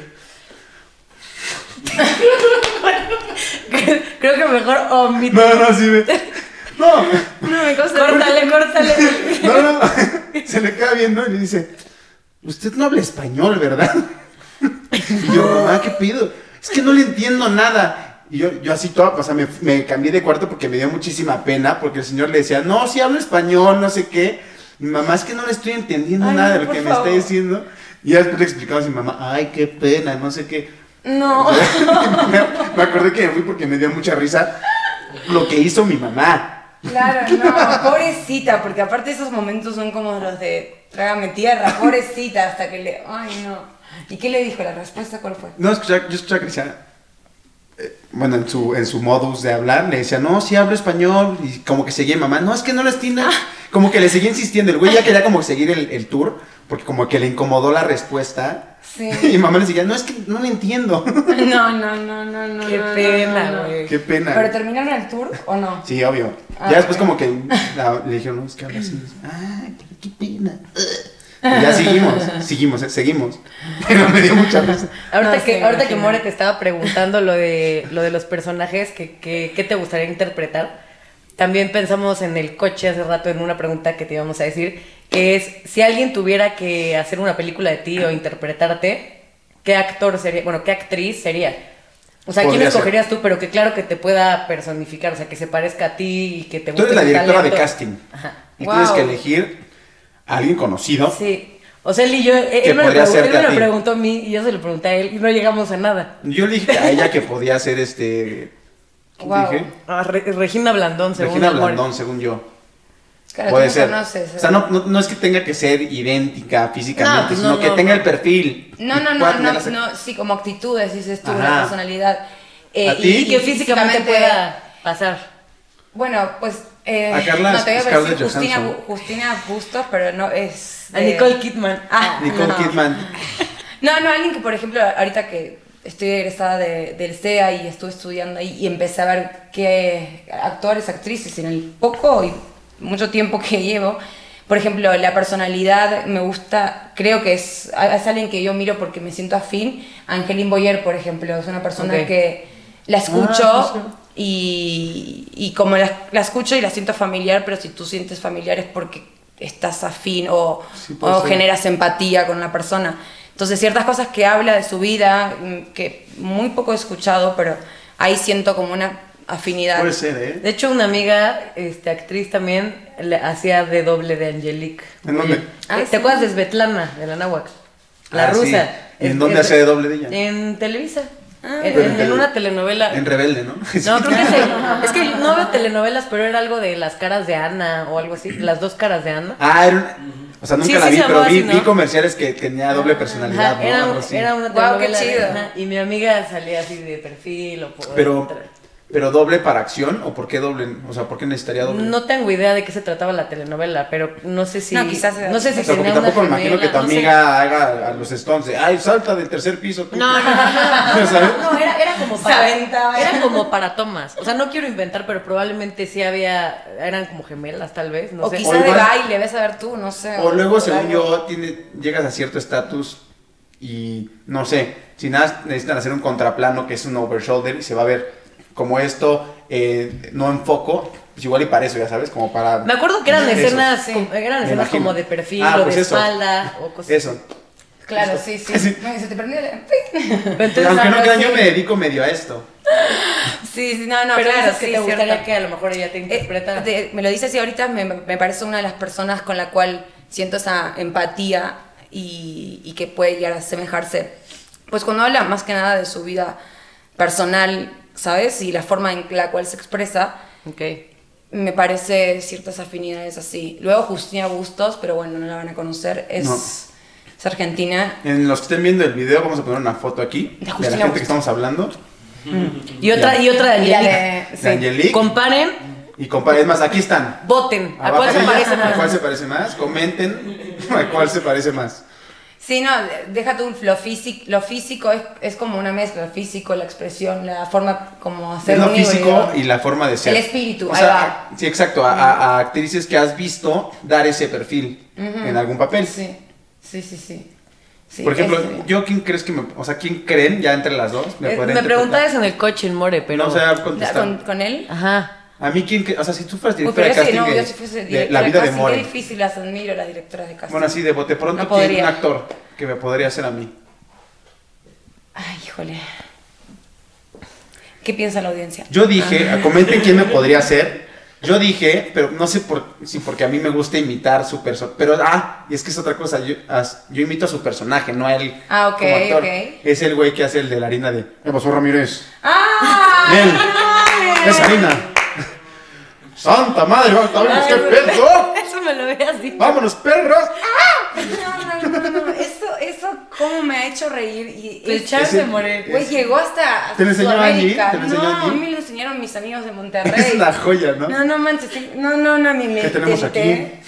A: Creo que mejor omit.
C: no, no, sí, ve. No,
B: No, me cosa.
A: Córtale, córtale.
C: no, no. Se le queda viendo y le dice, usted no habla español, ¿verdad? Y yo, mamá, ¿qué pido? Es que no le entiendo nada. Y yo, yo así toda, o sea, me, me cambié de cuarto porque me dio muchísima pena, porque el señor le decía, no, sí hablo español, no sé qué. Mi mamá, es que no le estoy entendiendo
A: Ay,
C: nada de
A: no,
C: lo
A: por
C: que
A: favor.
C: me está diciendo. Y ya después le explicamos a mi mamá, ay, qué pena, no sé qué.
B: No.
C: me, me acordé que me fui porque me dio mucha risa lo que hizo mi mamá.
B: Claro, no, pobrecita, porque aparte esos momentos son como los de trágame tierra, pobrecita, hasta que le. Ay, no. ¿Y qué le dijo la respuesta? ¿Cuál fue?
C: No, escuchaba- yo escuchaba que decía, eh, bueno, en
B: Ah.
C: su, en su modus de hablar, le decía, no, sí hablo español, y como que seguía mi mamá, no, es que no lo entiendo, Como que le seguía insistiendo. El güey ya quería como seguir el, el tour, porque como que le incomodó la respuesta.
B: Sí.
C: Y mamá le decía, no, es que no le entiendo.
B: No, no, no, no, no.
A: Qué
B: no, no, no,
A: pena,
B: no.
A: güey.
C: Qué pena.
B: ¿Pero terminaron el tour o no?
C: Sí, obvio.
B: Ah,
C: ya después
B: ok.
C: como que la- le dijeron, no, es que habla así. Ah, qué pena. Y ya seguimos, seguimos, eh, seguimos. Pero me dio mucha risa.
A: Ahorita,
B: No,
A: que,
B: sí,
A: ahorita que
B: imagino.
A: More te estaba preguntando lo de, lo de los personajes, que, que, que te gustaría interpretar, también pensamos en el coche hace rato en una pregunta que te íbamos a decir, que es, si alguien tuviera que hacer una película de ti o interpretarte, ¿qué actor sería? Bueno, ¿qué actriz sería? O sea, ¿quién
C: Podría ser.
A: escogerías tú? Pero que claro que te pueda personificar, o sea, que se parezca a ti y que te
C: Tú
A: guste
C: eres la
A: tu
C: directora de
A: talento.
C: casting.
A: Ajá.
C: Y tienes
B: Wow.
C: que elegir a alguien conocido.
A: Sí. O sea, él y yo, él,
C: Que
A: él me, lo
C: podría
A: pregun-
C: ser
A: él me lo
C: Katy.
A: preguntó a mí y yo se lo pregunté a él y no llegamos a nada.
C: Yo le dije a ella que podía ser este. ¿qué
B: Wow.
C: dije?
A: Ah, Re- Regina Blandón, según
C: Regina
A: el More.
C: Blandón, según yo.
B: Claro,
C: Puede
B: tú
C: ser.
B: no conoces.
C: o sea, no, no, no es que tenga que ser idéntica físicamente,
A: eh. No, pues
C: sino
A: no,
C: que
A: no,
C: tenga
A: no.
C: el perfil.
B: No,
C: y
B: no,
C: pueda
B: no,
C: tener
B: no,
C: las-
B: no, sí, como actitudes, dices tú,
C: Ajá.
B: la personalidad. Eh,
C: ¿A
B: y-
C: ti?
A: Y que físicamente pueda pasar.
B: Bueno, pues. Eh,
C: A Carla
B: no, te voy a
C: Scarlett
B: decir Justina,
C: Johansson.
B: Bu- Justina Bustos, pero no es.
A: A
B: de-
A: Nicole Kidman. Ah,
C: Nicole
B: no.
C: Kidman.
B: No, no, alguien que, por ejemplo, ahorita que estoy egresada de- del CEA y estuve estudiando ahí y empecé a ver qué actores, actrices en el poco y mucho tiempo que llevo. Por ejemplo, la personalidad me gusta, creo que es, es alguien que yo miro porque me siento afín. Angeline Boyer, por ejemplo, es una persona
A: Ok.
B: que la escucho
C: Ah, sí, sí.
B: y, y como la, la escucho y la siento familiar, pero si tú sientes familiar es porque estás afín o,
C: Sí, puede
B: o
C: ser.
B: generas empatía con la persona. Entonces ciertas cosas que habla de su vida, mm, que muy poco he escuchado, pero ahí siento como una afinidad.
C: Puede ser, ¿eh?
A: De hecho, una amiga, este, actriz también, le hacía de doble de Angelique.
C: ¿En dónde?
B: Ah,
A: Eh, ¿Te
B: sí.
A: acuerdas de Svetlana, de la náhuatl? La
C: Ah, sí.
A: rusa.
C: ¿Y en
A: Es-
C: dónde
A: es-
C: hacía de doble de ella?
A: En Televisa.
B: Ah.
A: en,
C: Pero en
A: en
C: tele-
A: una telenovela.
C: En Rebelde, ¿no?
A: no, creo que es, es que no veo telenovelas, pero era algo de las caras de Ana o algo así. Las dos caras de Ana.
C: Ah, era una- O sea, nunca
A: Sí,
C: la
A: sí
C: vi,
A: se
C: pero
A: llamaba
C: vi,
A: así, ¿no?
C: vi comerciales que tenía doble personalidad,
A: Ajá,
C: ¿no?
A: era,
C: Algo así.
A: era una
B: Guau, qué
A: telenovela de-
B: chido.
A: ajá, y mi amiga salía así de perfil o por-
C: Pero, pero doble para acción, ¿o por qué doble? O sea, ¿por qué necesitaría doble?
A: No tengo idea de qué se trataba la telenovela, pero no sé si.
B: No, quizás era-
A: No sé si
C: o sea, porque
A: tenía
C: tampoco me
A: una
C: imagino que tu
A: gemela, no sé.
C: amiga haga a los Stones de, ay, salta del tercer piso. tú".
A: No, no, no, no,
C: ¿Sabes?
A: no, no, era, era como
B: Se
A: para.
B: aventaba.
A: Era como para tomas. O sea, no quiero inventar, pero probablemente sí había. Eran como gemelas, tal vez. No
B: o
A: sé.
B: quizás
C: O
B: de
C: igual-
B: baile, ves a ver tú, no sé.
C: O luego, según
B: algo.
C: yo, tiene, llegas a cierto estatus y no sé, si nada, necesitan hacer un contraplano que es un overshoulder y se va a ver como esto, eh, no en foco, pues igual y para eso, ya sabes, como para.
A: Me acuerdo que eran
C: Eso.
A: escenas,
B: sí.
A: como- eran
C: Me
A: escenas
C: imagino.
A: como de perfil
C: Ah,
A: o
C: pues
A: de
C: eso.
A: espalda o cosas.
C: Eso.
B: Claro,
C: Justo.
B: sí, sí.
C: Sí.
B: No, y se te prendió la-
A: Pero entonces,
C: Aunque no
A: algo
C: crean, yo
A: así.
C: me dedico medio a esto.
B: Sí, sí, no, no,
A: pero
B: claro,
A: dices que
B: sí,
A: te gustaría
B: cierto.
A: que a lo mejor ella te
B: Eh,
A: interpretara.
B: de- me lo dices y ahorita me, me parece una de las personas con la cual siento esa empatía y, y que puede llegar a asemejarse. Pues cuando habla más que nada de su vida personal, ¿sabes? Y la forma en la cual se expresa,
A: Ok.
B: me parece ciertas afinidades así. Luego Justina Bustos, pero bueno, no la van a conocer, es,
C: No.
B: es argentina.
C: En los que estén viendo el video, vamos a poner una foto aquí
B: De
C: de, la
B: Justina
C: gente que
B: Bustos.
C: estamos hablando.
A: Y otra,
C: Ya.
A: y otra de
B: Y la
A: Angelique.
B: de-
C: De Angelique.
A: Comparen,
C: Y comparen, es más, aquí están.
A: voten. ¿A
C: Abajo
A: cuál Eh, se
C: de ella,
A: parece
C: ¿A Ah, cuál
A: más?
C: se parece más? Comenten a cuál se parece más.
B: Sí, no, deja tú lo físico, lo físico es, es como una mezcla, lo físico, la expresión, la forma como hacer
C: Es lo
B: un híbrido.
C: físico y la forma de ser.
B: El espíritu,
C: O
B: ahí
C: sea, sí, exacto. A, a- a actrices que has visto dar ese perfil en algún papel.
B: Sí, sí, sí, sí. Sí,
C: Por ejemplo,
B: ese.
C: yo quién crees que me, o sea, quién creen ya entre las dos
A: Eh,
C: podría
A: Me
C: interpretar?
A: preguntabas en el coche, en More, pero.
C: pues, no o sea,
B: Ya,
C: contestar.
B: ¿Con, con él?
A: Ajá.
C: A mí quién, cre- o sea, si tú fueras
B: Uy, pero
C: directora de
B: yo sí,
C: casting
B: no,
C: de,
B: yo si fuese
C: de
B: directora
C: la vida
B: de
C: de
B: casting, qué
C: More.
B: difícil, las admiro las directoras de casting.
C: Bueno, así de bote pronto
B: No
C: ¿quién-
B: podría.
C: un actor que me podría ser a mí.
B: Ay, híjole. ¿Qué piensa la audiencia?
C: Yo dije,
B: Ah.
C: comenten quién me podría ser. Yo dije, pero no sé por, si porque a mí me gusta imitar su personaje. Pero, ah, y es que es otra cosa. Yo, as- yo imito a su personaje, no a él.
B: Ah, ok,
C: como actor.
B: ok.
C: Es el güey que hace el de la harina de. ¿Qué pasó, Ramírez?
B: ¡Ah!
C: Ven,
B: ¡Ay!
C: es harina. ¡Santa madre! ¡Vamos, vámonos, qué pedo!
A: Eso me lo veas así.
C: ¡Vámonos, perros!
B: No, no, no, no, eso, eso cómo me ha hecho reír. Y
A: El
B: es-
A: chavo
C: Ese-
A: de Morelia.
B: Güey, llegó hasta
C: ¿Te lo enseñó
B: Sudamérica.
C: Angie? ¿Te lo enseñó
B: no, a
C: Angie?
B: mí me lo enseñaron mis amigos de Monterrey.
C: Es la joya, ¿no?
B: No, no manches, sí, no, no, no, ni me
C: ¿Qué tenemos
B: tenté.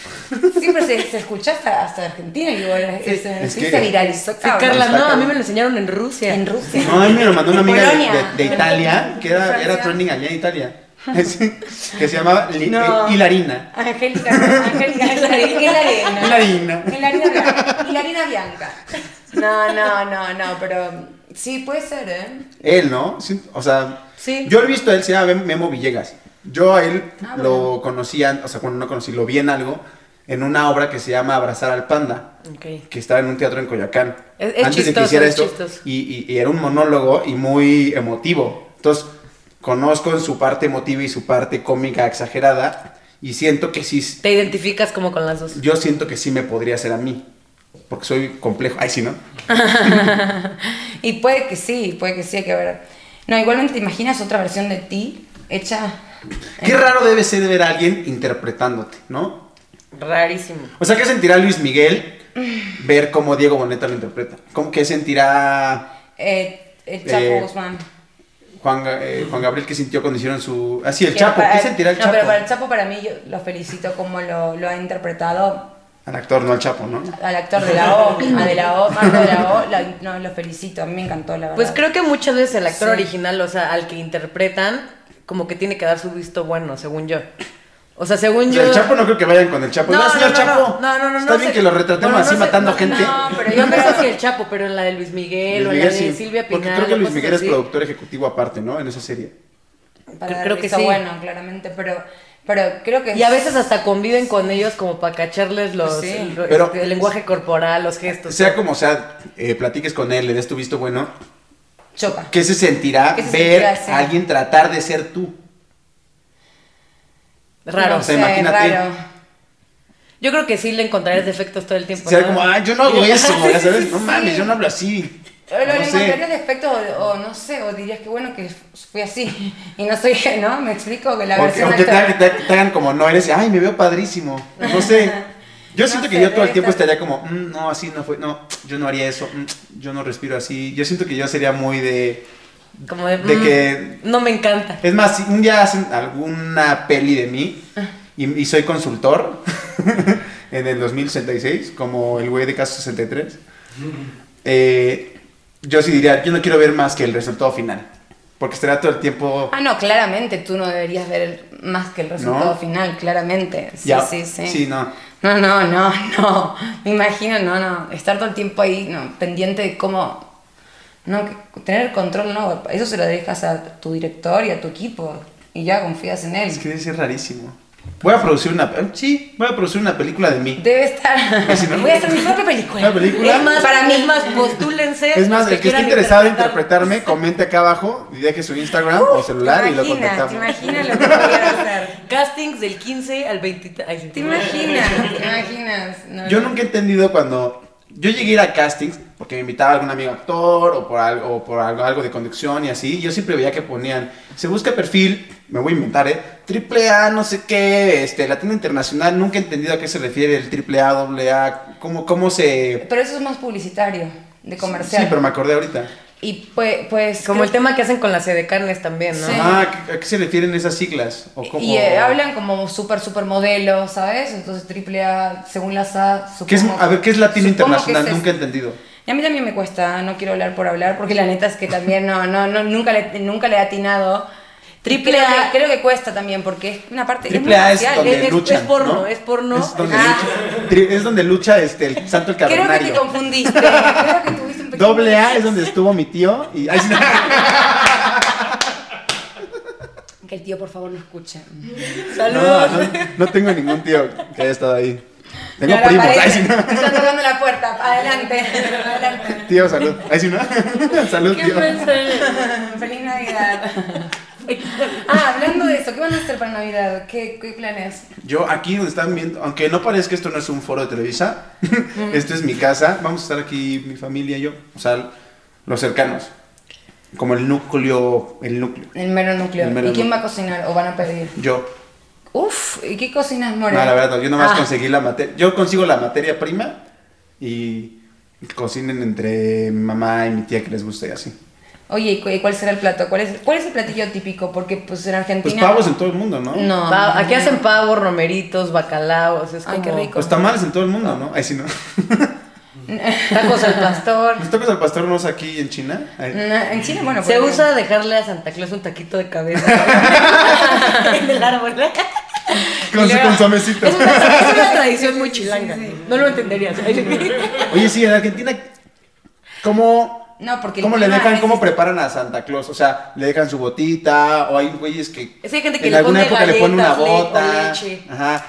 B: Sí, pero se, se escucha hasta, hasta Argentina, igual,
A: Sí,
B: se,
C: es
B: sí
C: que-
B: se viralizó,
A: Sí,
B: cabrón.
A: Carla,
C: está
A: no, a mí
C: cabrón.
A: me lo enseñaron en Rusia.
B: En Rusia.
C: No, a mí me lo mandó una amiga de- de,
B: Polonia.
C: de Italia, que era, era
B: Francia.
C: trending allá en Italia, que se llamaba Li-
B: No.
C: eh, Hilarina.
B: Angélica, Angélica, Hilarina.
C: Hilarina.
B: Hilarina Blanca. Hilarina Bianca. No, no, no, no, pero sí, puede ser, ¿eh?
C: Él, ¿no? Sí, o sea,
A: Sí.
C: yo lo he visto a él, se llama Memo Villegas. Yo a él
B: Ah,
C: lo
B: bueno.
C: conocía, o sea, cuando no conocí, lo vi en algo, en una obra que se llama Abrazar al Panda.
A: Ok.
C: que estaba en un teatro en Coyoacán.
A: Es- es
C: antes de que
A: chistoso,
C: hiciera
A: es
C: esto.
A: chistoso.
C: Y, y- y era un monólogo y muy emotivo. Entonces, conozco su parte emotiva y su parte cómica exagerada. Y siento que sí,
A: Te identificas como con las dos.
C: yo siento que sí me podría hacer a mí. Porque soy complejo. Ay, sí, ¿no?
B: Y puede que sí, puede que sí, hay que ver. No, igualmente, ¿te imaginas otra versión de ti hecha?
A: Eh.
C: Qué raro debe ser ver a alguien interpretándote, ¿no?
A: Rarísimo.
C: O sea, ¿qué sentirá Luis Miguel ver cómo Diego Boneta lo interpreta? ¿Cómo que sentirá
B: Eh, el Chapo
C: Eh,
B: Guzmán.
C: Juan, Ga- eh, Juan Gabriel que sintió cuando hicieron su... Así, el
B: Quiero
C: Chapo.
B: parar-
C: ¿Qué sentirá el
B: No, pero para el
C: Chapo?
B: Chapo, para mí, yo lo felicito como lo, lo ha interpretado
C: Al actor, no al Chapo, ¿no?
B: al actor de la O, a de la O, Marco de la O, la- no, lo felicito, a mí me encantó, la verdad.
A: Pues creo que muchas veces el actor
B: Sí.
A: original, o sea, al que interpretan, como que tiene que dar su visto bueno, según yo. O sea, según
C: O
A: yo.
C: sea, el Chapo no creo que vayan con el Chapo. No, señor Pues Chapo.
A: No, no, no.
C: Está
A: no
C: bien
A: sé.
C: que lo retratemos
A: Bueno, no
C: así
A: sé,
C: matando
A: no,
C: gente.
A: No, pero yo no sé si el Chapo, pero en la de Luis Miguel o en la de
C: Luis Miguel sí,
A: Silvia Pinal.
C: Porque creo que
A: o
C: Luis
A: cosas
C: Miguel es
A: así.
C: productor ejecutivo aparte, ¿no? En esa serie.
A: creo-
B: Para
A: creo
B: creo
A: que
B: que
A: sí.
B: bueno, claramente, pero, pero creo que...
A: Y a veces hasta conviven con ellos como para cacharles los,
B: Sí.
A: el, este,
C: Pero-
A: el lenguaje corporal, los gestos.
C: Sea como sea, eh, platiques con él, le des tu visto bueno.
B: Choca.
C: ¿Qué se sentirá
B: ¿Qué se
C: ver
B: sentirá, sí?
C: a alguien tratar de ser tú?
A: Raro.
C: O sea, imagínate.
B: Raro.
A: Yo creo que sí le encontrarías defectos todo el tiempo.
C: Sea
A: ¿no?
C: como, ah, yo no hago eso, ya
B: sí,
C: sabes. No
B: sí.
C: mames, yo no hablo así.
B: O Lo
C: No
B: encontrarías
C: sé.
B: defectos o, o no sé, o dirías que bueno que fui así y no soy, ¿no? Me explico que la
C: O que,
B: versión
C: o que te,
B: actual-
C: hagan- te- te hagan como no eres, y, ay, me veo padrísimo. No sé. Yo
B: No
C: siento
B: sé,
C: que yo todo el
B: debe
C: tiempo
B: estar-
C: estaría como, "Mm, no, así no fue, no, yo no haría eso, mm, yo no respiro así. Yo siento que yo sería muy de.
A: Como de,
C: de
A: "Mm,
C: que-
A: No me encanta.
C: Es más, si un día hacen alguna peli de mí y, y soy consultor en el 2066, como el güey de caso 63, eh, yo sí diría, yo no quiero ver más que el resultado final. Porque estará todo el tiempo.
B: Ah, no, claramente tú no deberías ver el- más que el resultado
C: ¿No?
B: final, claramente. Sí,
C: ya-
B: sí, sí.
C: Sí, no.
B: No, no, no, no. Me imagino, no, no. Estar todo el tiempo ahí, no, pendiente de cómo. No, que- tener control, no. Eso se lo dejas a tu director y a tu equipo. Y ya confías en él.
C: Es que debe ser rarísimo. Voy a producir una. eh, Sí, voy a producir una película de mí.
B: Debe estar.
C: si no-
B: Voy a hacer mi propia película.
C: ¿Una película?
A: Es más,
B: para mí.
A: es más, postúlense.
C: Es más,
A: los
C: el que esté
A: quieran
C: interesado en
A: interpretar.
C: interpretarme, comente acá abajo y deje su Instagram o celular y lo
B: Imagina,
C: contactamos.
B: te imaginas lo que pudiera hacer.
A: Castings del 15 al 23. Ay, sí.
B: Te imaginas, te imaginas. No,
C: Yo
B: no.
C: nunca he entendido cuando yo llegué a ir a castings porque me invitaba algún amigo actor o por algo o por algo, algo de conducción y así. Yo siempre veía que ponían, se busca perfil, me voy a inventar, ¿eh? Triple A, no sé qué, este, Latino Internacional. Nunca he entendido a qué se refiere el triple A, doble A, cómo, cómo se.
B: Pero eso es más publicitario, de comercial.
C: Sí, pero me acordé ahorita.
B: Y pues. pues
A: Como
B: creo-
A: el tema que hacen con las carnes también, ¿no?
B: Sí.
C: Ah, ¿a qué- ¿a qué se refieren esas siglas? ¿O cómo-
B: Y eh, hablan como súper, súper modelos, ¿sabes? Entonces triple A, según las A, supongo.
C: ¿Qué es, a ver, ¿qué es Latino
B: supongo que
C: Internacional?
B: es
C: Nunca he
B: eso.
C: entendido.
B: Y a mí también me cuesta, no quiero hablar por hablar, porque la neta es que también no, no, no, nunca le, nunca le he atinado.
A: Triple
B: Creo
A: A-
B: que- Creo que cuesta también, porque es una parte.
C: Triple A es
B: muy
A: donde-
B: social.
A: es-
C: donde
A: es
C: luchan.
A: porno,
C: ¿no?
A: es porno.
C: Es donde,
B: Ah.
C: lucha, tri- es donde lucha este, el santo el
B: Creo que te
C: cavernario.
B: confundiste. creo que tuviste un pequeño.
C: Doble A es donde estuvo mi tío y ay, sí, no.
B: Que el tío, por favor, no escuche.
C: no,
A: Saludos.
C: no, no tengo ningún tío que haya estado ahí. Tengo
B: Y ahora
C: primos, ay,
B: aparece,
C: sí, no.
B: Están tocando la puerta. Adelante, adelante.
C: Tío, salud. Ay, sí, no. Salud, tío.
B: Feliz Navidad. Ah, hablando de eso, ¿qué van a hacer para Navidad? ¿Qué, qué planes?
C: Yo aquí donde están viendo, aunque no parezca esto no es un foro de Televisa, esto es mi casa, vamos a estar aquí mi familia y yo, o sea, los cercanos, como el núcleo, el núcleo.
B: El mero núcleo.
C: El mero
B: ¿Y quién
C: núcleo.
B: va a cocinar o van a pedir?
C: Yo.
B: Uf, ¿y qué cocinas,
A: Ah.
C: No,
B: More?
C: la verdad, no, yo nomás
B: Ah,
C: conseguí la materia, yo consigo la materia prima y cocinen entre mi mamá y mi tía que les guste y así.
B: Oye, ¿y cu- ¿y cuál será el plato? ¿Cuál es, ¿Cuál es el platillo típico? Porque pues en
C: Pues
B: Argentina...
C: pavos en todo el mundo, ¿no?
B: No.
A: Pa- aquí hacen pavo, romeritos, bacalaos, es
B: Ay,
A: como
B: qué rico.
C: Pues tamales en todo el mundo, ¿no? Ahí sí, ¿no?
A: tacos al pastor.
C: ¿Los tacos al pastor no es aquí en China? Ahí-
B: No, En Chile, bueno,
A: Se
B: porque-
A: usa dejarle a Santa Claus un taquito de cabeza en el árbol. Mm.
C: Con su consomecito.
A: Es una, es una tradición muy chilanga. No lo entenderías.
C: Oye, sí, en Argentina, ¿cómo,
B: No, porque... el
C: cómo le
B: clima
C: dejan,
B: es-
C: cómo preparan a Santa Claus? O sea, le dejan su botita, o hay güeyes que,
A: Es que hay gente que
C: en
A: le
C: alguna
A: pone
C: época le ponen una
A: galletas, le- o
C: bota.
A: leche.
C: Ajá.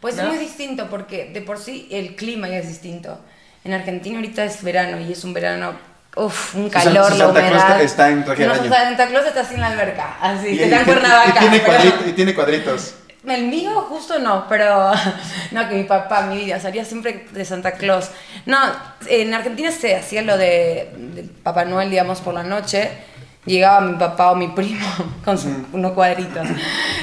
B: Pues
A: ¿No?
B: es muy distinto porque de por sí el clima ya es distinto. En Argentina ahorita es verano y es un verano, uff, un
C: Su San-
B: calor,
C: su
B: la
C: Santa Claus
B: humedad.
C: está- está en traje de
B: No,
C: baño.
B: Santa Claus está así en la alberca, así,
C: Y-
B: que está en
C: y- y
B: Cuernavaca.
C: tiene
B: pero-
C: cuadrit- y tiene cuadritos.
B: El mío justo no, pero no, que mi papá, mi vida, salía siempre de Santa Claus. No, en Argentina se hacía lo de, de Papá Noel, digamos, por la noche. Llegaba mi papá o mi primo con sus unos cuadritos.